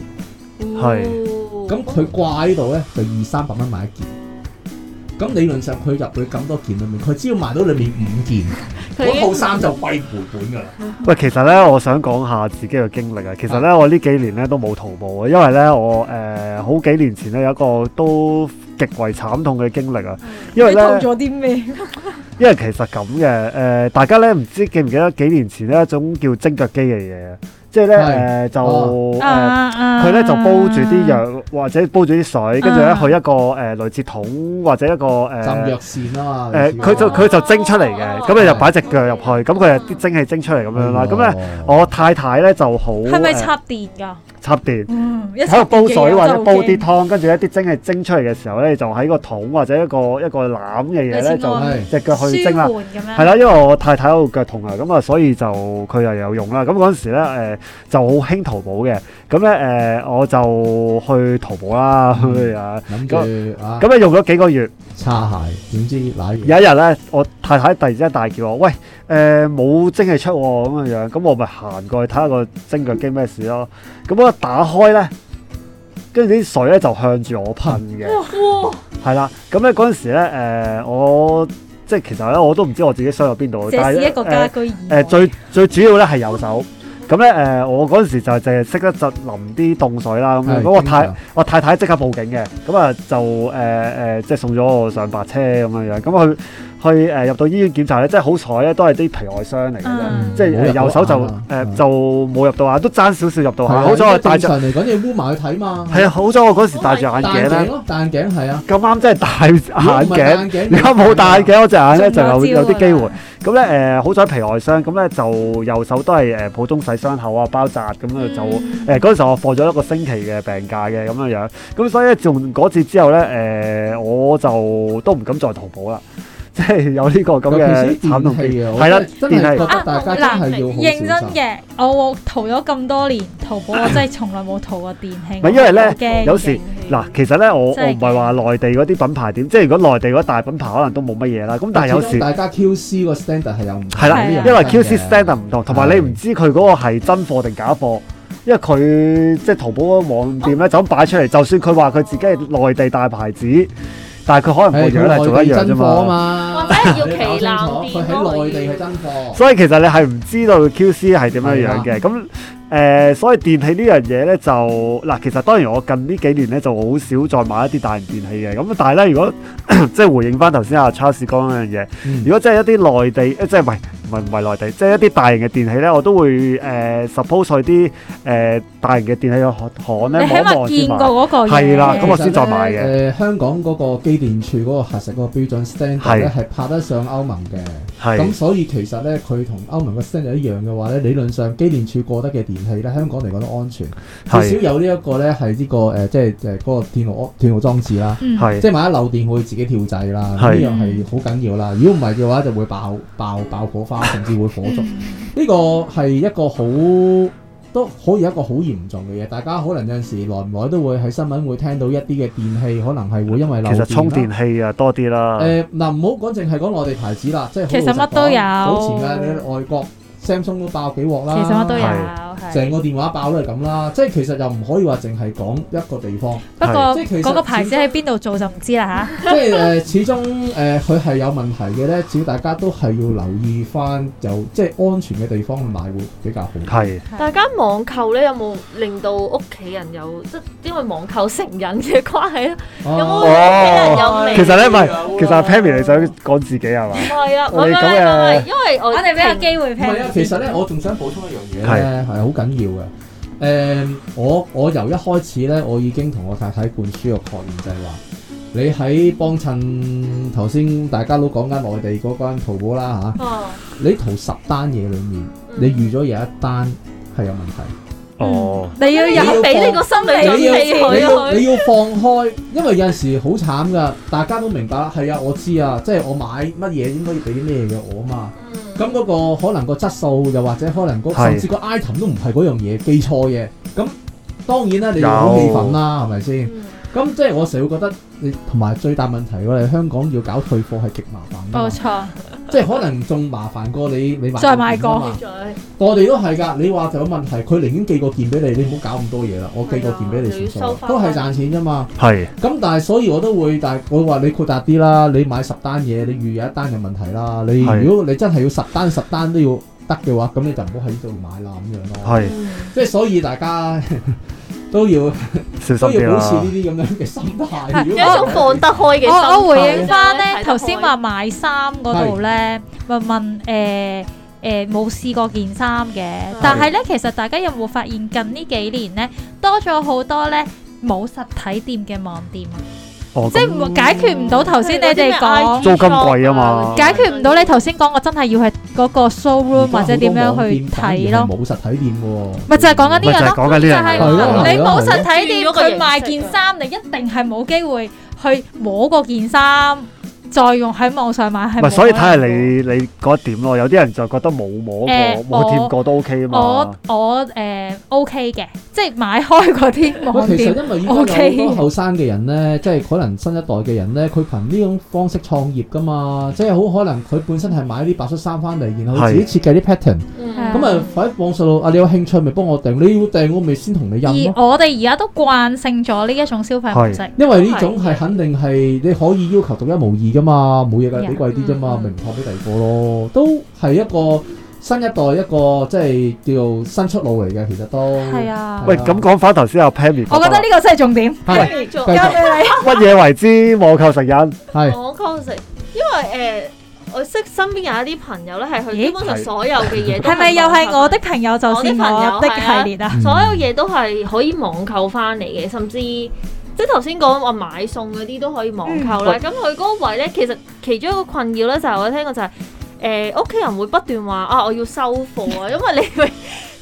Speaker 1: 係
Speaker 2: 哦
Speaker 3: 咁佢掛喺度咧就二三百蚊買一件。咁理論上佢入去咁多件裏面，佢只要賣到裏面五件，
Speaker 2: 佢已
Speaker 3: 嗰
Speaker 2: 經
Speaker 3: 套衫就歸回本㗎啦。
Speaker 1: 喂，其實咧，我想講下自己嘅經歷啊。其實咧，我呢幾年咧都冇淘寶啊，因為咧我誒、呃好幾年前咧有一個都極為慘痛嘅經歷啊。因為
Speaker 4: 嗯你
Speaker 1: 咧，
Speaker 4: 做咗啲咩？
Speaker 1: 因為其實咁嘅誒，大家咧唔知記唔記得幾年前咧一種叫蒸腳機嘅嘢啊，即係咧誒就呃誒。
Speaker 4: 啊啊！
Speaker 1: 佢咧就煲住啲藥或者煲住啲水，跟住咧
Speaker 4: 啊
Speaker 1: 去一個誒、呃、類似桶或者一個誒、呃
Speaker 3: 浸藥線啊嘛。
Speaker 1: 誒佢就佢就蒸出嚟
Speaker 4: 哦
Speaker 1: 嘅，咁你就擺只腳入去，咁佢係啲蒸氣蒸出嚟咁樣
Speaker 3: 哦
Speaker 1: 啦。咁咧，
Speaker 3: 咧
Speaker 1: 我太太咧就好
Speaker 4: 係咪
Speaker 1: 誒
Speaker 4: 插電㗎？
Speaker 1: 插電？
Speaker 4: 嗯，一
Speaker 1: 喺度煲水或者煲啲
Speaker 4: 插
Speaker 1: 湯，
Speaker 4: 電嘅嘢我就驚
Speaker 1: 跟住一啲蒸氣蒸出嚟嘅時候咧，就喺個桶或者一個一個籃嘅嘢咧，
Speaker 4: 類似
Speaker 1: 就
Speaker 4: 按
Speaker 3: 係
Speaker 1: 只腳去蒸啦
Speaker 4: 舒。緩咁樣
Speaker 1: 係啦，因為我太太有腳痛啊，咁啊，所以就佢又有用啦。咁嗰陣時咧，誒、就好興淘寶嘅。咁咧誒，我就去淘寶啦，
Speaker 3: 嗯
Speaker 1: 去啊，
Speaker 3: 諗住啊
Speaker 1: 咁咧用咗幾個月，
Speaker 3: 擦鞋，點知攋嘢
Speaker 1: 有一日咧，我太太突然之間大叫我：，喂，誒、冇蒸汽出喎咁樣樣，咁我咪行過去睇下個蒸腳機咩事咯。咁我一打開咧，跟住啲水咧就向住我噴嘅。
Speaker 2: 哇！
Speaker 1: 係啦，咁咧嗰陣時咧，誒、我即係其實咧，我都唔知我自己傷到邊度，
Speaker 4: 這是
Speaker 1: 咧
Speaker 4: 一個家
Speaker 1: 誒
Speaker 4: 居意
Speaker 1: 誒
Speaker 4: 外。
Speaker 1: 呃最最主要咧係右手。咁咧誒，我嗰陣時就淨係識得就淋啲凍水啦，咁樣
Speaker 3: 係
Speaker 1: 咁我
Speaker 3: 經
Speaker 1: 太
Speaker 3: 常
Speaker 1: 我太太即刻報警嘅，咁啊就誒誒、即係送咗我上白車咁樣樣，咁佢去誒、入到醫院檢查咧，即係好彩咧，都係啲皮外傷嚟嘅啫，
Speaker 4: 嗯
Speaker 1: 即係誒呃右手就誒、就冇入到眼，都爭少少入到
Speaker 3: 啊嗯係
Speaker 1: 眼，
Speaker 3: 啊
Speaker 1: 好彩我
Speaker 3: 因為
Speaker 1: 戴住
Speaker 3: 正常嚟講你烏埋去睇嘛，
Speaker 1: 係啊，好彩我嗰時戴住眼
Speaker 3: 戴
Speaker 1: 鏡咧，
Speaker 3: 咯，戴眼鏡係啊，
Speaker 1: 咁啱真係戴眼鏡。
Speaker 3: 如果唔
Speaker 1: 如果冇
Speaker 3: 係戴眼鏡，
Speaker 1: 戴眼鏡，我隻眼咧就有
Speaker 4: 中咗招
Speaker 1: 有啲機會
Speaker 4: 啊。
Speaker 1: 咁咧誒，好彩皮外傷，咁咧就右手都係誒普通洗傷口啊、包紮咁
Speaker 4: 嗯
Speaker 1: 啊，就誒
Speaker 3: 嗯
Speaker 1: 嗰陣時候我放咗一個星期嘅病假嘅咁樣樣。咁所以咧，自從嗰次之後咧，誒、我就都唔敢再淘寶啦， 即係有呢個咁
Speaker 3: 尤
Speaker 1: 嘅
Speaker 3: 其是
Speaker 1: 慘
Speaker 3: 電
Speaker 1: 痛經
Speaker 3: 器啊，我
Speaker 1: 係啦，
Speaker 3: 真係
Speaker 1: 電器
Speaker 3: 覺得大家真
Speaker 2: 啊
Speaker 3: 係要好
Speaker 4: 認真
Speaker 3: 小心。
Speaker 4: 嘅，我淘咗咁多年淘寶，我真係從來冇淘過電器。
Speaker 1: 唔係因為
Speaker 4: 我
Speaker 1: 咧，
Speaker 4: 驚
Speaker 1: 有時
Speaker 2: 啊
Speaker 1: 嗱，其實咧，我我
Speaker 4: 真係
Speaker 1: 唔係話內地嗰啲品牌點，即係如果內地嗰啲大品牌可能都冇乜嘢啦。咁但係有時。
Speaker 3: 大家 QC 個 standard 係有唔同
Speaker 1: 係啦，
Speaker 4: 係啊
Speaker 1: 因為 QC standard 唔同，同埋你
Speaker 3: 係
Speaker 1: 唔知佢嗰個係真貨定假貨，因為佢即係淘寶嗰個網店咧就咁擺出嚟，就算佢話佢自己係內地大牌子，但係佢可能個樣係做一樣啫
Speaker 3: 啊嘛。
Speaker 1: 啊嘛。
Speaker 2: 或者要旗艦
Speaker 3: 佢
Speaker 2: 店
Speaker 3: 喺
Speaker 2: 咯，
Speaker 3: 內地
Speaker 2: 要
Speaker 3: 係真貨，
Speaker 1: 所以其實你係唔知道 QC 係點啊樣樣嘅。咁誒、呃所以電器呢樣嘢咧就嗱，其實當然我近呢幾年咧就好少再買一啲大型電器嘅。咁但係咧，如果 即係回應翻頭先阿 Charles 講嗰樣嘢。如
Speaker 3: 嗯
Speaker 1: 果真係一啲內地，誒即係唔係唔係唔係內地，即係一啲大型嘅電器咧，我都會誒、suppose 去啲誒、大型嘅電器嘅行咧
Speaker 4: 你起
Speaker 1: 望一
Speaker 4: 碼
Speaker 1: 望先
Speaker 4: 見
Speaker 1: 買。
Speaker 4: 過嗰個嘢
Speaker 1: 係啦咁我啊
Speaker 3: 其實
Speaker 1: 先再買嘅
Speaker 3: 咧誒，香港嗰個機電處嗰個核實嗰個標準 standard 咧係拍得上歐盟嘅，咁
Speaker 1: 係
Speaker 3: 所以其實咧佢同歐盟個 standard 一樣嘅話咧，理論上機電處過得嘅電器咧，香港嚟講都安全，至少
Speaker 1: 係
Speaker 3: 有呢一個咧係呢個誒即係誒嗰個電路斷路裝置啦。
Speaker 4: 嗯
Speaker 1: 係
Speaker 3: 即係萬一漏電，會自己跳掣啦，呢
Speaker 1: 係
Speaker 3: 樣係好緊要啦。如果唔係嘅話，就會爆爆爆火 花，甚至會火燭。呢個係一個好都可以一個好嚴重嘅嘢。大家可能有陣時耐唔耐都會喺新聞會聽到一啲嘅電器可能係會因為
Speaker 1: 其
Speaker 3: 漏電啦
Speaker 1: 實充電器啊多啲啦，
Speaker 3: 誒嗱，唔好講淨係講內地牌子啦，即係好
Speaker 4: 其實
Speaker 3: 老實
Speaker 4: 乜都
Speaker 3: 講
Speaker 4: 有
Speaker 3: 早前嘅你外國 Samsung 都爆幾鑊啦，
Speaker 4: 嗯其實乜都有，
Speaker 1: 係
Speaker 4: 係
Speaker 3: 成個電話爆都係咁啦。即係其實又唔可以話淨係講一個 地方。
Speaker 4: 不過
Speaker 3: 即係其實
Speaker 4: 嗰個牌子喺邊度做就唔知啦
Speaker 3: 即係誒、呃始終誒佢係有問題嘅咧，只要大家都係要留意翻，就即係安全嘅地方去買會比較好。
Speaker 1: 係
Speaker 2: 大家網購咧有冇令到屋企人有即係因為網購成癮 嘅關係咧？有冇
Speaker 1: 哦
Speaker 3: 哦，
Speaker 2: 屋企人有
Speaker 1: 其實咧唔係
Speaker 3: 有啊，
Speaker 1: 其實 Pammy 你想講自己係嘛？
Speaker 2: 唔係啊，唔
Speaker 1: 我
Speaker 2: 係
Speaker 1: 哋
Speaker 2: 唔係
Speaker 1: 咁
Speaker 2: 唔
Speaker 1: 嘅
Speaker 2: 係，因為我
Speaker 4: 吓。我哋俾個機會
Speaker 3: 唔係啊
Speaker 4: Pam，，
Speaker 3: 其實咧我仲想補充一樣嘢咧，係好緊要嘅。誒、我我由一開始咧，我已經同我太太灌輸個概念就係話，你喺幫襯頭先大家都講緊內地嗰間淘寶啦嚇、
Speaker 2: 哦
Speaker 3: 你淘十單嘢裡面，
Speaker 2: 嗯
Speaker 3: 你預咗有一單係有問題。
Speaker 1: 哦，
Speaker 4: 你要
Speaker 2: 你
Speaker 4: 有
Speaker 2: 要俾呢個心理準備
Speaker 3: 你
Speaker 2: 佢
Speaker 3: 要
Speaker 2: 佢
Speaker 3: 你要放開，因為有陣時好慘噶，大家都明白啦。係啊，我知啊，即係我買乜嘢應該要俾啲咩嘅我啊嘛。咁嗰個可能個質素，又或者可能嗰
Speaker 1: 係
Speaker 3: 甚至個 item 都唔係嗰樣嘢，記錯嘢。咁當然啦，你好氣憤啦，係咪先？
Speaker 2: 嗯
Speaker 3: 咁即係我成日會覺得，你同埋最大問題，我哋香港要搞退貨係極麻煩㗎
Speaker 4: 冇
Speaker 3: 嘛，
Speaker 4: 錯，
Speaker 3: 即係可能仲麻煩過你你買
Speaker 4: 哦再買
Speaker 3: 個件啊
Speaker 4: 過
Speaker 3: 嘛
Speaker 2: 嗯再
Speaker 3: 我哋都係㗎，你話就有問題，佢寧願寄個件俾你，你唔好搞咁多嘢啦，我寄個件俾你
Speaker 2: 係啊
Speaker 3: 算
Speaker 2: 你要收
Speaker 3: 數，
Speaker 2: 返
Speaker 3: 都係賺錢啫嘛。
Speaker 1: 係
Speaker 3: 咁但係所以我都會，但係我話你豁達啲啦，你買十單嘢，你預有一單有問題啦，你
Speaker 1: 係
Speaker 3: 如果你真係要十單十單都要得嘅話，咁你就唔好喺呢度買啦咁樣咯。
Speaker 1: 係
Speaker 2: 嗯
Speaker 3: 即係所以大家 都要
Speaker 1: 小心
Speaker 3: 都
Speaker 1: 啲
Speaker 3: 要保持
Speaker 1: 啦
Speaker 3: 呢，啲咁樣嘅心態。
Speaker 4: 係
Speaker 3: 如
Speaker 2: 有
Speaker 3: 果
Speaker 2: 一種放得開嘅心態
Speaker 4: 我我回應翻咧，
Speaker 2: 睇得開
Speaker 4: 頭先話買衫嗰度咧，咪問誒誒冇試過件衫嘅，但係咧其實大家有冇發現近呢幾年咧多咗好多咧冇實體店嘅網店啊，
Speaker 1: 哦
Speaker 4: 即係解決唔到頭先你哋講。
Speaker 1: 租金貴啊
Speaker 2: Ừ.
Speaker 1: 嘛
Speaker 4: 解決唔到你頭先講，我真係要去嗰個 showroom 或者點樣去睇咯，
Speaker 3: 冇實體店喎。
Speaker 4: 咪就係講
Speaker 1: 咪
Speaker 4: 緊呢
Speaker 1: 就係
Speaker 4: 樣咯，
Speaker 1: 講緊呢
Speaker 4: 就
Speaker 1: 樣
Speaker 4: 係
Speaker 1: 嘢
Speaker 3: 係咯
Speaker 4: 你冇實體店，
Speaker 2: 係咯係咯
Speaker 4: 佢賣件衫，你一定係冇機會去摸嗰件衫，再用喺網上買係
Speaker 1: 唔係，
Speaker 4: 冇
Speaker 1: 所以睇下
Speaker 4: 可能喎。
Speaker 1: 你你嗰一點咯。有啲人就覺得冇摸過、
Speaker 4: 誒
Speaker 1: 冇掂
Speaker 4: 我
Speaker 1: 過都 OK 啊嘛
Speaker 4: 我。我誒、OK 嘅，即係買開嗰啲
Speaker 3: 喂
Speaker 4: 網
Speaker 3: 其實
Speaker 4: 店，
Speaker 3: 因為依家有好多後生嘅人咧，即係可能新一代嘅人咧，佢憑呢種方式創業噶嘛，即係好可能佢本身係買啲白恤衫翻嚟，然後自己設計啲 pattern，
Speaker 2: 嗯
Speaker 3: 咁啊喺網上度啊，你有興趣咪幫我訂，你要訂我咪先同你印咯。
Speaker 4: 而我哋而家都慣性咗呢一種消費模式。
Speaker 3: 因為呢種係肯定係你可以要求獨一無二噶嘛，冇嘢㗎，
Speaker 4: Yeah，
Speaker 3: 俾貴啲啫嘛，
Speaker 2: 嗯
Speaker 3: 咪唔拍俾第二個咯，都係一個新一代一個即係叫做新出路嚟嘅，其實都
Speaker 4: 係啊
Speaker 1: 喂，咁講翻頭先阿 Pammy，
Speaker 4: 我覺得呢個真係重點，
Speaker 3: 係
Speaker 2: 跟住做
Speaker 3: 哦繼
Speaker 4: 交
Speaker 3: 續
Speaker 4: 俾你。
Speaker 1: 乜嘢為之網購成癮？
Speaker 3: 係
Speaker 2: 我確實，因為誒，我識身邊有一啲朋友咧，係佢
Speaker 4: 咦
Speaker 2: 基本上所有嘅嘢都
Speaker 4: 係咪又係我的朋友就是
Speaker 2: 我的朋友
Speaker 4: 我的系列啊？
Speaker 3: 嗯
Speaker 2: 所有嘢都係可以網購翻嚟嘅，甚至即係頭先講話買餸嗰啲都可以網
Speaker 4: 嗯
Speaker 2: 購啦。咁佢嗰個位咧，其實其中一個困擾咧就係我聽過就係誒屋企人會不斷話啊，我要收貨啊，因為你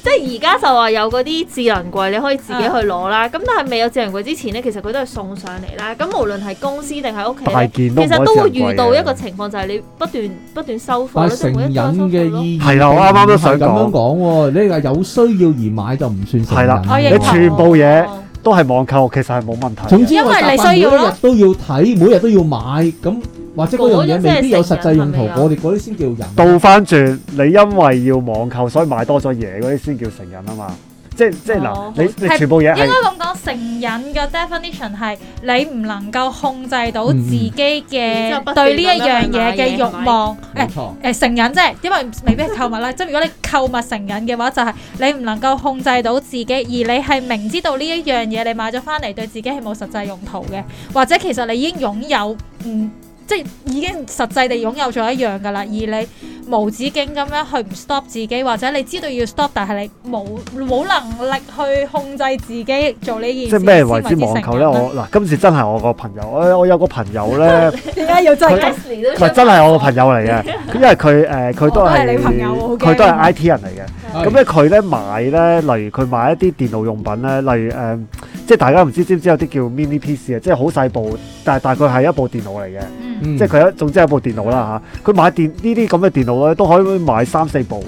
Speaker 2: 即係而家就話有嗰啲智能櫃你可以自己去攞啦。咁但係未有智能櫃之前咧，其實佢都係送上嚟啦。咁無論係公司定係屋企
Speaker 1: 大
Speaker 2: 咧，
Speaker 1: 件都
Speaker 2: 其實都
Speaker 1: 會
Speaker 2: 會遇到一個情況就係你不斷不斷收貨
Speaker 3: 但
Speaker 2: 咯，
Speaker 3: 係
Speaker 2: 即係
Speaker 3: 成
Speaker 2: 每一
Speaker 3: 癮
Speaker 2: 個人收貨
Speaker 3: 嘅
Speaker 2: 咯。
Speaker 3: 意義，
Speaker 1: 係啦我啱啱都想
Speaker 3: 咁樣講喎，你話有需要而買就唔算成
Speaker 1: 係啦
Speaker 3: 癮
Speaker 4: 我
Speaker 3: 喎。
Speaker 4: 認
Speaker 1: 你
Speaker 4: 同
Speaker 1: 全部嘢都係網購，其實係冇問題嘅。
Speaker 3: 總之
Speaker 4: 因為
Speaker 3: 我習慣
Speaker 4: 你需要咯
Speaker 3: 每日都要睇，每日都要買，咁或者嗰樣嘢未必有實際用途
Speaker 2: 嗰啲真係成癮係咪，啊
Speaker 3: 我哋嗰啲先叫人。
Speaker 1: 倒翻轉，你因為要網購，所以買多咗嘢嗰啲先叫成癮啊嘛。即即嗱，
Speaker 2: 哦
Speaker 1: 你你
Speaker 4: 係啊
Speaker 1: 全部嘢
Speaker 4: 應該
Speaker 1: 係
Speaker 4: 咁講，成癮嘅 definition 係你唔能夠控制到自己
Speaker 2: 嗯
Speaker 4: 嘅對呢一樣嘢嘅慾望。誒
Speaker 3: 冇錯，
Speaker 4: 誒成癮即係，因為未必係購物啦。即係如果你購物成癮嘅話，就係你唔能夠控制到自己，而你係明知道呢一樣嘢你買咗翻嚟對自己係冇實際用途嘅，或者其實你已經擁有，嗯，即係已經實際地擁有咗一樣㗎啦，而你無止境咁樣去唔 stop 自己，或者你知道要 stop，但係你冇冇能力去控制自己做呢件事。
Speaker 1: 即咩為之網購
Speaker 4: 購
Speaker 1: 咧？我嗱今次真係我個朋友，哎我我有個朋友咧，
Speaker 4: 點解要真係
Speaker 2: Leslie 都
Speaker 1: 佢
Speaker 2: 出
Speaker 1: 真係我個朋友嚟嘅，因為佢誒佢都
Speaker 4: 我都係
Speaker 1: 係
Speaker 4: 你朋友喎好驚
Speaker 1: 佢都係 I T 人嚟嘅。
Speaker 3: 係
Speaker 1: 咁咧佢咧買咧，例如佢買一啲電腦用品咧，例如誒、呃即係大家唔知知唔知有啲叫 mini PC 啊，即係好細部，但係大概係一部電腦嚟嘅，
Speaker 4: 嗯
Speaker 3: 嗯
Speaker 1: 即係佢一總之係一部電腦啦嚇。佢、買電呢啲咁嘅電腦咧，都可以買三四部，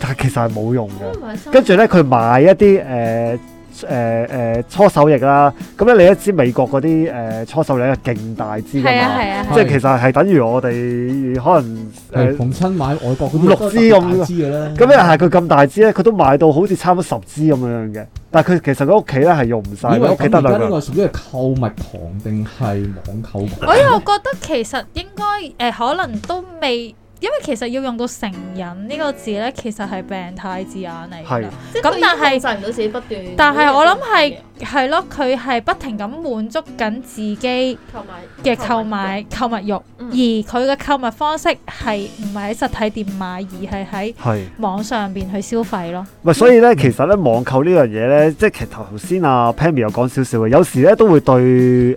Speaker 1: 但係其實係冇用嘅。跟住咧，佢買一啲誒誒誒搓手液啦，咁咧你一知美國嗰啲誒搓手液係勁大支㗎
Speaker 4: 係啊
Speaker 1: 嘛，
Speaker 4: 係啊
Speaker 1: 即係其實係等於我哋可能誒。呃
Speaker 3: 係逢親買外國嗰
Speaker 1: 五
Speaker 3: 啲
Speaker 1: 六
Speaker 3: 都係
Speaker 1: 支
Speaker 3: 特別
Speaker 1: 咁
Speaker 3: 大支嘅啦。
Speaker 1: 咁又係佢咁大支咧，佢都賣到好似差唔多十支咁樣嘅。但係佢其實佢屋企咧係用唔晒，
Speaker 3: 以為
Speaker 1: 佢屋企得
Speaker 3: 咁而家呢
Speaker 1: 兩
Speaker 3: 個
Speaker 1: 個。
Speaker 3: 屬於係購物狂定係網購狂？
Speaker 4: 我又覺得其實應該誒、呃可能都未，因為其實要用到成癮呢個字咧，其實係病態字眼嚟㗎
Speaker 1: 係
Speaker 4: 啦。咁但係
Speaker 2: 制唔到自己不斷，
Speaker 4: 但係我諗係係咯，佢係不停咁滿足緊自己
Speaker 2: 購買
Speaker 4: 嘅購買購物慾，
Speaker 2: 嗯
Speaker 4: 而佢嘅購物方式係唔係喺實體店買，而係喺
Speaker 1: 係，
Speaker 4: 網上邊去消費咯。
Speaker 1: 咪所以咧，其實咧網購呢樣嘢咧，即係其實頭先阿 Pammy 有講少少嘅，有時咧都會對誒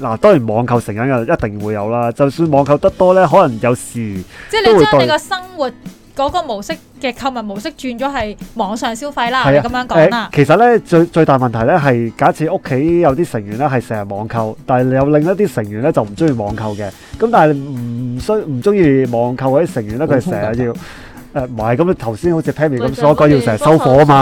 Speaker 1: 嗱、當然網購成癮嘅一定會有啦。就算網購得多咧，可能有時
Speaker 4: 即係
Speaker 1: 都
Speaker 4: 你
Speaker 1: 會
Speaker 4: 將你
Speaker 1: 對
Speaker 4: 個生活嗰個模式嘅購物模式轉咗係網上消費啦，
Speaker 1: 係
Speaker 4: 你
Speaker 1: 啊
Speaker 4: 咁樣講
Speaker 1: 誒、
Speaker 4: 啦。
Speaker 1: 其實咧最最大問題咧係假設屋企有啲成員咧係成日網購，但係有另一啲成員咧就唔中意網購嘅。咁但係唔需唔中意網購嗰啲成員咧，佢係成日要。誒唔係，咁你頭先好似 Pammy 咁所講，要成日收貨啊嘛，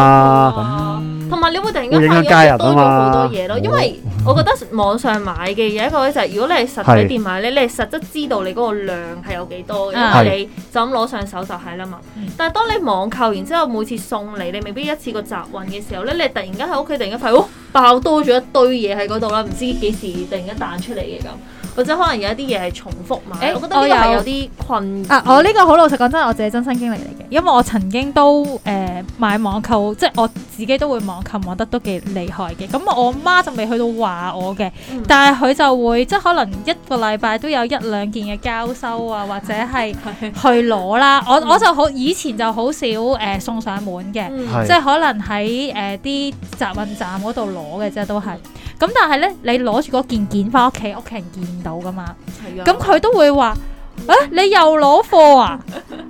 Speaker 2: 啊同埋你會突然
Speaker 1: 會
Speaker 2: 間
Speaker 1: 影
Speaker 2: 發
Speaker 1: 響家
Speaker 2: 現
Speaker 1: 人
Speaker 2: 多
Speaker 1: 啊
Speaker 2: 咗
Speaker 1: 嘛
Speaker 2: 好多嘢咯，因為我覺得網上買嘅嘢一個咧就係如果你係實體店買咧，你係實質知道你嗰個量係有幾多
Speaker 4: 啊
Speaker 2: 嘅，因為你就咁攞上手就係啦嘛
Speaker 4: 嗯。
Speaker 2: 但係當你網購然之後每次送嚟，你未必一次過集運嘅時候咧，你突然間喺屋企突然間發現，哦爆多咗一堆嘢喺嗰度啦，唔知幾時突然間彈出嚟嘅咁，或者可能有一啲嘢係重複買，
Speaker 4: 誒
Speaker 2: 我覺得呢個
Speaker 4: 我
Speaker 2: 係
Speaker 4: 有
Speaker 2: 有啲困擾
Speaker 4: 啊！我呢個好老實講真，我自己真身經歷嚟嘅，因為我曾經都誒、呃、買網購，即係我自己都會網購網得都幾厲害嘅。咁我媽就未去到話我嘅，
Speaker 2: 嗯
Speaker 4: 但係佢就會即係可能一個禮拜都有一兩件嘅交收啊，或者 係去攞啦。我我就好以前就好少誒、呃送上門嘅。
Speaker 2: 嗯
Speaker 1: 係
Speaker 4: 即係可能喺誒啲集運站嗰度攞嘅啫，都係。咁但係咧，你攞住嗰件件翻屋企，屋企人見到噶嘛。
Speaker 2: 係啊
Speaker 4: 咁佢都會話：啊，你又攞貨啊？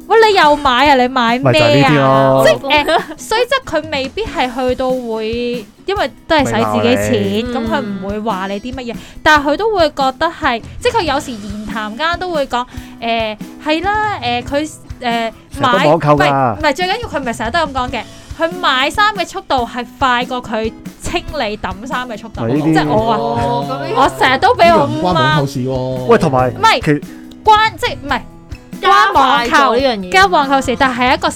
Speaker 4: 喂，你又買啊？你買
Speaker 1: 咪就係呢
Speaker 4: 咩
Speaker 1: 啲
Speaker 4: 啊？
Speaker 1: 咯
Speaker 4: 即係誒，所以即係佢未必係去到會，因為都係使自己錢，
Speaker 2: 明白
Speaker 4: 咁佢唔會話你啲乜嘢，但係佢都會覺得係，即係佢有時言談間都會講誒係啦，誒佢誒
Speaker 1: 成日
Speaker 4: 買
Speaker 1: 都網購㗎
Speaker 4: 唔係唔係最緊要佢唔係成日都咁講嘅，佢買衫嘅速度係快過佢清理抌衫嘅速度，
Speaker 1: 喂呢
Speaker 4: 即
Speaker 1: 啲
Speaker 4: 係我啊，
Speaker 2: 哦咁樣
Speaker 4: 我成日都俾我
Speaker 3: 呢個唔
Speaker 4: 媽
Speaker 3: 關網購事喎。
Speaker 1: 喂，同埋
Speaker 4: 唔係
Speaker 1: 其
Speaker 4: 關即係唔係關網
Speaker 2: 加快咗
Speaker 4: 購
Speaker 2: 呢樣嘢，
Speaker 4: 加網購時，但係一個誒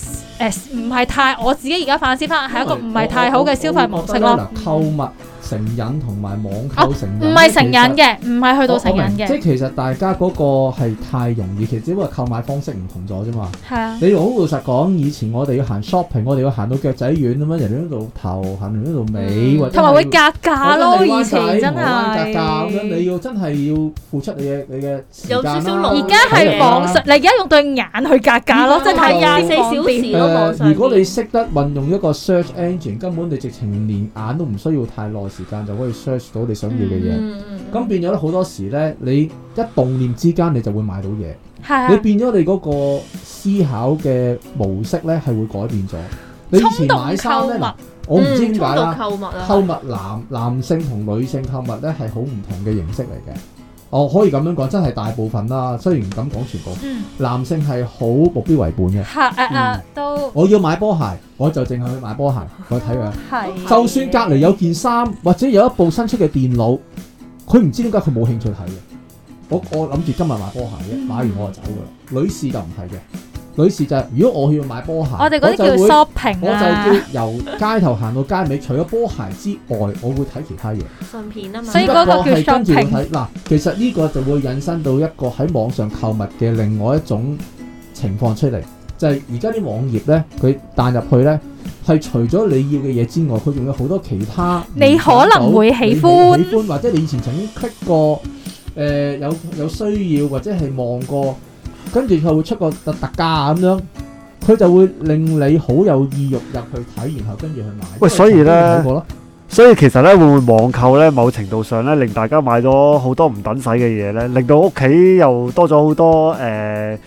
Speaker 4: 唔係太我自己而家反思翻，係一個唔係太好嘅消費模式
Speaker 3: 我我
Speaker 4: 咯。哦
Speaker 3: 我覺得嗱，購物成癮同埋網購成癮
Speaker 4: 唔
Speaker 3: 呢，
Speaker 4: 係成癮
Speaker 3: 其實
Speaker 4: 嘅，唔係去到成
Speaker 3: 我
Speaker 4: 癮
Speaker 3: 明即
Speaker 4: 嘅，
Speaker 3: 係其實大家嗰個係太容易，其實只不過購買方式唔同咗啫嘛。
Speaker 4: 係啊，
Speaker 3: 你好老實講，以前我哋要行 shopping，我哋要行到腳仔軟咁樣，人哋都到頭，行完都到尾，
Speaker 2: 嗯
Speaker 3: 或者
Speaker 4: 同埋會
Speaker 3: 係
Speaker 4: 格價
Speaker 3: 或
Speaker 4: 咯。
Speaker 3: 者係
Speaker 4: 以
Speaker 3: 灣仔
Speaker 4: 前真
Speaker 3: 銅鑼灣格價咁樣，你
Speaker 4: 係。
Speaker 3: 要真係要付出你嘅你嘅時間
Speaker 2: 有少少
Speaker 3: 啦
Speaker 2: 勞
Speaker 4: 而
Speaker 2: 力
Speaker 4: 家係網
Speaker 3: 啊
Speaker 4: 上，你而家用對眼去格價咯，即係睇
Speaker 2: 廿四小
Speaker 4: 時。
Speaker 2: 時咯，網
Speaker 3: 誒，
Speaker 2: 上
Speaker 3: 如果你識得運用一個 search engine，根本你直情連眼都唔需要太耐時間就可以 search 到你想要嘅嘢。
Speaker 2: 嗯嗯
Speaker 3: 咁變咗咧，好多時咧，你一動念之間，你就會買到嘢。
Speaker 4: 係啊
Speaker 3: 你，變咗你嗰個思考嘅模式咧，係會改變咗。你以
Speaker 4: 衝
Speaker 3: 前
Speaker 4: 動購
Speaker 3: 買衫咧，
Speaker 4: 物
Speaker 3: 嗱，我唔知點解啦
Speaker 2: 嗯衝動。購物啊，
Speaker 3: 購物男男性同女性購物咧係好唔同嘅形式嚟嘅。我可以咁樣講，真係大部分啦。雖然唔敢講全部，
Speaker 4: 嗯，
Speaker 3: 男性係好目標為本嘅。
Speaker 4: 係誒誒
Speaker 3: 嗯
Speaker 4: 都
Speaker 3: 我要買波鞋，我就淨係去買波 鞋，我睇佢。
Speaker 4: 係。
Speaker 3: 就算隔離有件衫，或者有一部新出嘅電腦，佢唔知點解佢冇興趣睇嘅。我我諗住今日買波鞋
Speaker 4: 嗯
Speaker 3: 啫，買完我就走噶啦。女士就唔係嘅，女士就係、如果我要買波鞋，
Speaker 4: 我哋嗰啲
Speaker 3: 就會
Speaker 4: 叫 shopping
Speaker 3: 我
Speaker 4: 啊。
Speaker 3: 就叫由街頭行到街尾，除咗波鞋之外，我會睇其他嘢。
Speaker 2: 信片啊嘛，
Speaker 4: 所以嗰個叫
Speaker 3: 只不過係跟住
Speaker 4: shopping
Speaker 3: 睇嗱，其實呢個就會引申到一個喺網上購物嘅另外一種情況出嚟，就係而家啲網頁咧，佢彈入去咧，係除咗你要嘅嘢之外，佢仲有好多其他
Speaker 4: 你可能會喜歡
Speaker 3: 你喜歡或者你以前曾經 click 過，誒、有有需要或者係望過，跟住佢會出個特特價咁樣。佢就會令你好有意欲入去睇，然後跟住去買。
Speaker 1: 喂所以呢
Speaker 3: 因為曾經睇過咯
Speaker 1: 所以其實咧，會唔會網購咧，某程度上咧，令大家買咗好多唔等使嘅嘢咧，令到屋企又多咗好多誒、呃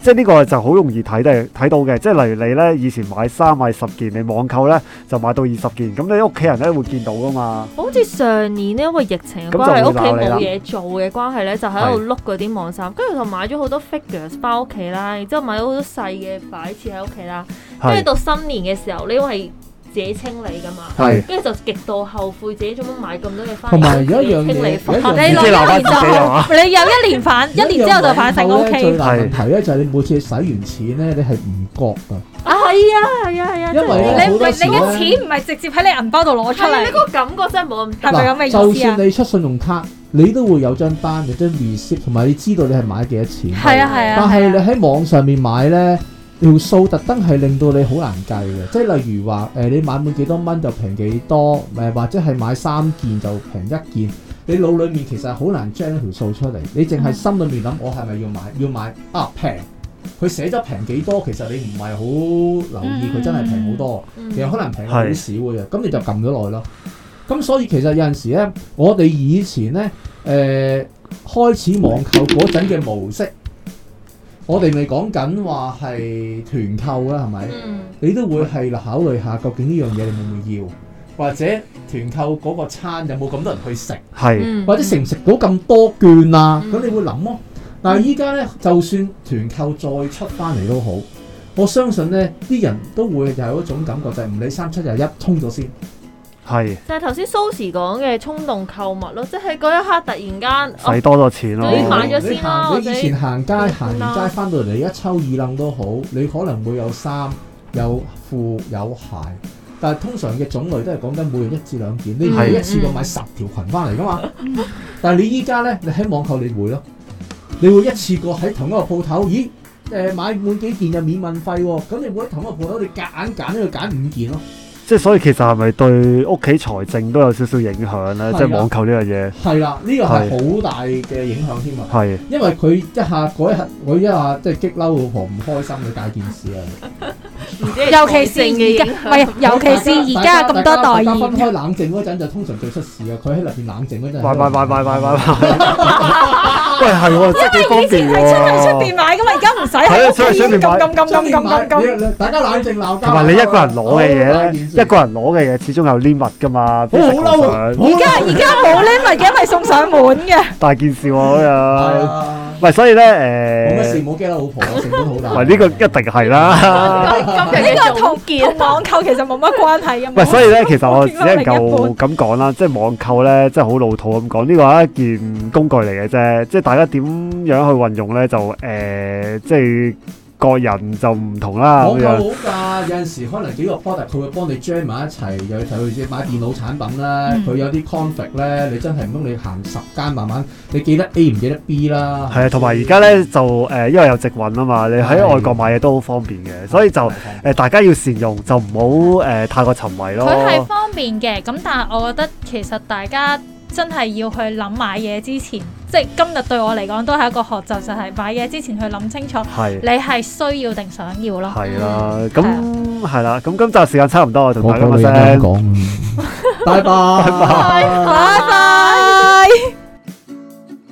Speaker 1: 即係呢個就好容易睇得睇到嘅。即係例如你咧，以前買衫買十件，你網購咧就買到二十件，咁你屋企人咧會見到噶嘛。
Speaker 2: 好似上年呢，因為疫情嘅關
Speaker 1: 咁就會
Speaker 2: 係，屋企
Speaker 1: 鬧你
Speaker 2: 冇
Speaker 1: 啦
Speaker 2: 嘢做嘅關係咧，就喺度碌嗰啲網站，跟住就買咗好多 figures 翻屋企啦，然之後買咗好多細嘅擺設喺屋企啦，跟住
Speaker 1: 係
Speaker 2: 到新年嘅時候，你因為自己清理噶嘛，
Speaker 1: 係
Speaker 2: 跟住就極度後悔自己做乜買咁多嘢翻嚟，
Speaker 3: 同埋有一樣嘢
Speaker 2: 清理翻
Speaker 3: 有一樣嘢
Speaker 4: 你
Speaker 1: 自
Speaker 4: 落
Speaker 1: 己
Speaker 4: 一
Speaker 1: 鬧翻自
Speaker 4: 年
Speaker 1: 己啊
Speaker 4: 就你有一年反一年之後就反省
Speaker 3: 呢樣嘢最
Speaker 4: OK
Speaker 3: 大問題咧就係你每次使完錢咧，你係唔覺㗎。
Speaker 2: 啊，係啊係啊係啊，
Speaker 3: 因為
Speaker 4: 你明
Speaker 3: 咧好
Speaker 4: 你
Speaker 3: 多
Speaker 4: 嘅
Speaker 3: 時
Speaker 4: 錢
Speaker 3: 咧
Speaker 4: 唔係直接喺你銀包度攞出
Speaker 2: 係啊，呢
Speaker 4: 嚟，
Speaker 2: 個感覺真係冇咁
Speaker 4: 係
Speaker 2: 大，
Speaker 4: 咪咁嘅意思啊
Speaker 3: 就算你出信用卡，你都會有張單，有張 receipt，同埋你知道你係買幾多錢。
Speaker 4: 係啊係
Speaker 3: 但
Speaker 4: 啊
Speaker 3: 係你
Speaker 4: 係啊，
Speaker 3: 喺網上面買咧，條數特登係令到你好難計嘅。即係例如話，誒、你買滿幾多蚊就平幾多，誒或者係買三件就平一件。你腦裡面其實係好難將條數出嚟，你
Speaker 4: 嗯
Speaker 3: 淨係心裡面諗我係咪要買？要買啊平，佢寫咗平幾多，其實你唔係好留
Speaker 4: 嗯
Speaker 3: 意，佢真係平好多。
Speaker 2: 嗯
Speaker 3: 其實可能平好少嘅啫，咁你就撳咗落去咯。咁所以其實有陣時咧，我哋以前咧，誒、開始網購嗰陣嘅模式，我哋咪講緊話係團購啦，係咪？
Speaker 2: 嗯
Speaker 3: 你都會係考慮下究竟呢樣嘢你會唔會要，或者團購嗰個餐有冇咁多人去食，
Speaker 1: 係
Speaker 2: 嗯
Speaker 3: 或者食唔食到咁多券啊？
Speaker 2: 嗯
Speaker 3: 咁、你會諗咯。但係依家咧，就算團購再出翻嚟都好，我相信咧啲人都會有一種感覺，就係唔理三七廿一，衝咗先。
Speaker 1: 係
Speaker 2: 就係頭先 Susie 講嘅衝動購物咯，即係嗰一刻突然間，哦
Speaker 1: 使多咗錢咯。
Speaker 2: 你買咗
Speaker 3: 哦你行
Speaker 2: 先啦或
Speaker 3: 你
Speaker 2: 者
Speaker 3: 以前行街行完
Speaker 2: 嗯啦
Speaker 3: 街翻到嚟一抽二楞都好，你可能會有衫、有褲、有鞋，但係通常嘅種類都係講緊每日一至兩件。
Speaker 2: 嗯
Speaker 3: 你唔會
Speaker 1: 係
Speaker 3: 一次過買十條裙翻嚟噶嘛？但係你依家咧，你喺網購你會咯，你會一次過喺同一個鋪頭，咦？誒、買滿幾件就免運費喎、咁你會喺同一個鋪頭，你夾硬揀都要揀五件咯。
Speaker 1: 即係所以其實係咪對屋企財政都有少少影響咧？即係
Speaker 3: 係啊
Speaker 1: 網購呢樣嘢
Speaker 3: 係啦，呢個係
Speaker 1: 係
Speaker 3: 好大嘅影響添啊！
Speaker 1: 係
Speaker 3: 因為佢一下嗰一下，佢一下即係激嬲老婆唔開心嘅大件事啊！
Speaker 4: 尤其是而家，唔係 尤其是而家咁多代
Speaker 3: 大家分
Speaker 4: 言，
Speaker 3: 開 冷靜嗰陣就通常最出事啊！佢喺入邊冷靜嗰陣，
Speaker 1: 買買買買買買買，喂，係喎，真
Speaker 4: 哎
Speaker 1: 係幾方
Speaker 5: 以前
Speaker 1: 便
Speaker 5: 係出去出
Speaker 1: 喎
Speaker 5: 邊。買噶嘛，而家唔使
Speaker 1: 係
Speaker 5: 喺
Speaker 1: 啊
Speaker 5: 屋
Speaker 1: 出去出
Speaker 5: 企
Speaker 1: 邊買
Speaker 5: 撳撳撳撳撳撳撳。
Speaker 3: 你大家冷靜鬧交。
Speaker 1: 同埋你一個人攞嘅嘢咧，一
Speaker 3: 個
Speaker 1: 個人攞嘅嘢始終有 limit 噶嘛，邊
Speaker 3: 好
Speaker 1: 食
Speaker 3: 好嬲
Speaker 1: 得
Speaker 3: 啊！
Speaker 1: 上
Speaker 3: 而
Speaker 5: 而家而家冇 limit 嘅，因為送上門嘅。
Speaker 1: 大件事喎又。
Speaker 3: 冇
Speaker 1: 喂，所以咧
Speaker 3: 乜
Speaker 1: 誒，
Speaker 3: 事，啊冇驚老婆，成本好大。 啊
Speaker 1: 喂呢個一定係啦。
Speaker 2: 今日
Speaker 5: 呢
Speaker 2: 嘅
Speaker 5: 個同
Speaker 2: 總結
Speaker 4: 啊
Speaker 5: 同網購其實冇乜關係嘅。
Speaker 1: 喂，所以咧，其實我只能
Speaker 5: 我
Speaker 1: 夠咁講啦，即係網購咧，即係好老土咁講，呢個係一件工具嚟嘅啫，即係大家點樣去運用咧，就誒、呃即係個人就唔同啦啊咁
Speaker 3: 網
Speaker 1: 樣。
Speaker 3: 購好㗎，有陣時可能幾個 product 佢會幫你 jam 埋一齊，有就似買電腦產品啦，
Speaker 4: 嗯
Speaker 3: 佢有啲 conflict 咧，你真係唔通你行十間慢慢，你記得 A 唔記得 B 啦。
Speaker 1: 係啊，同埋而家咧就誒、呃因為有直運啊嘛，你喺外國買嘢都好方便嘅，所以就誒、呃大家要善用，就唔好誒太過沉迷咯。
Speaker 4: 佢係方便嘅，咁但係我覺得其實大家真係要去諗買嘢之前，即係今日對我嚟講都係一個學習，就係、買嘢之前去諗清楚，
Speaker 1: 係
Speaker 4: 你係需要定想要咯。
Speaker 1: 係啦，咁係啦，咁今集時間差唔多，我同大家
Speaker 3: 講
Speaker 1: 講聲。
Speaker 3: 講，拜拜。
Speaker 5: 拜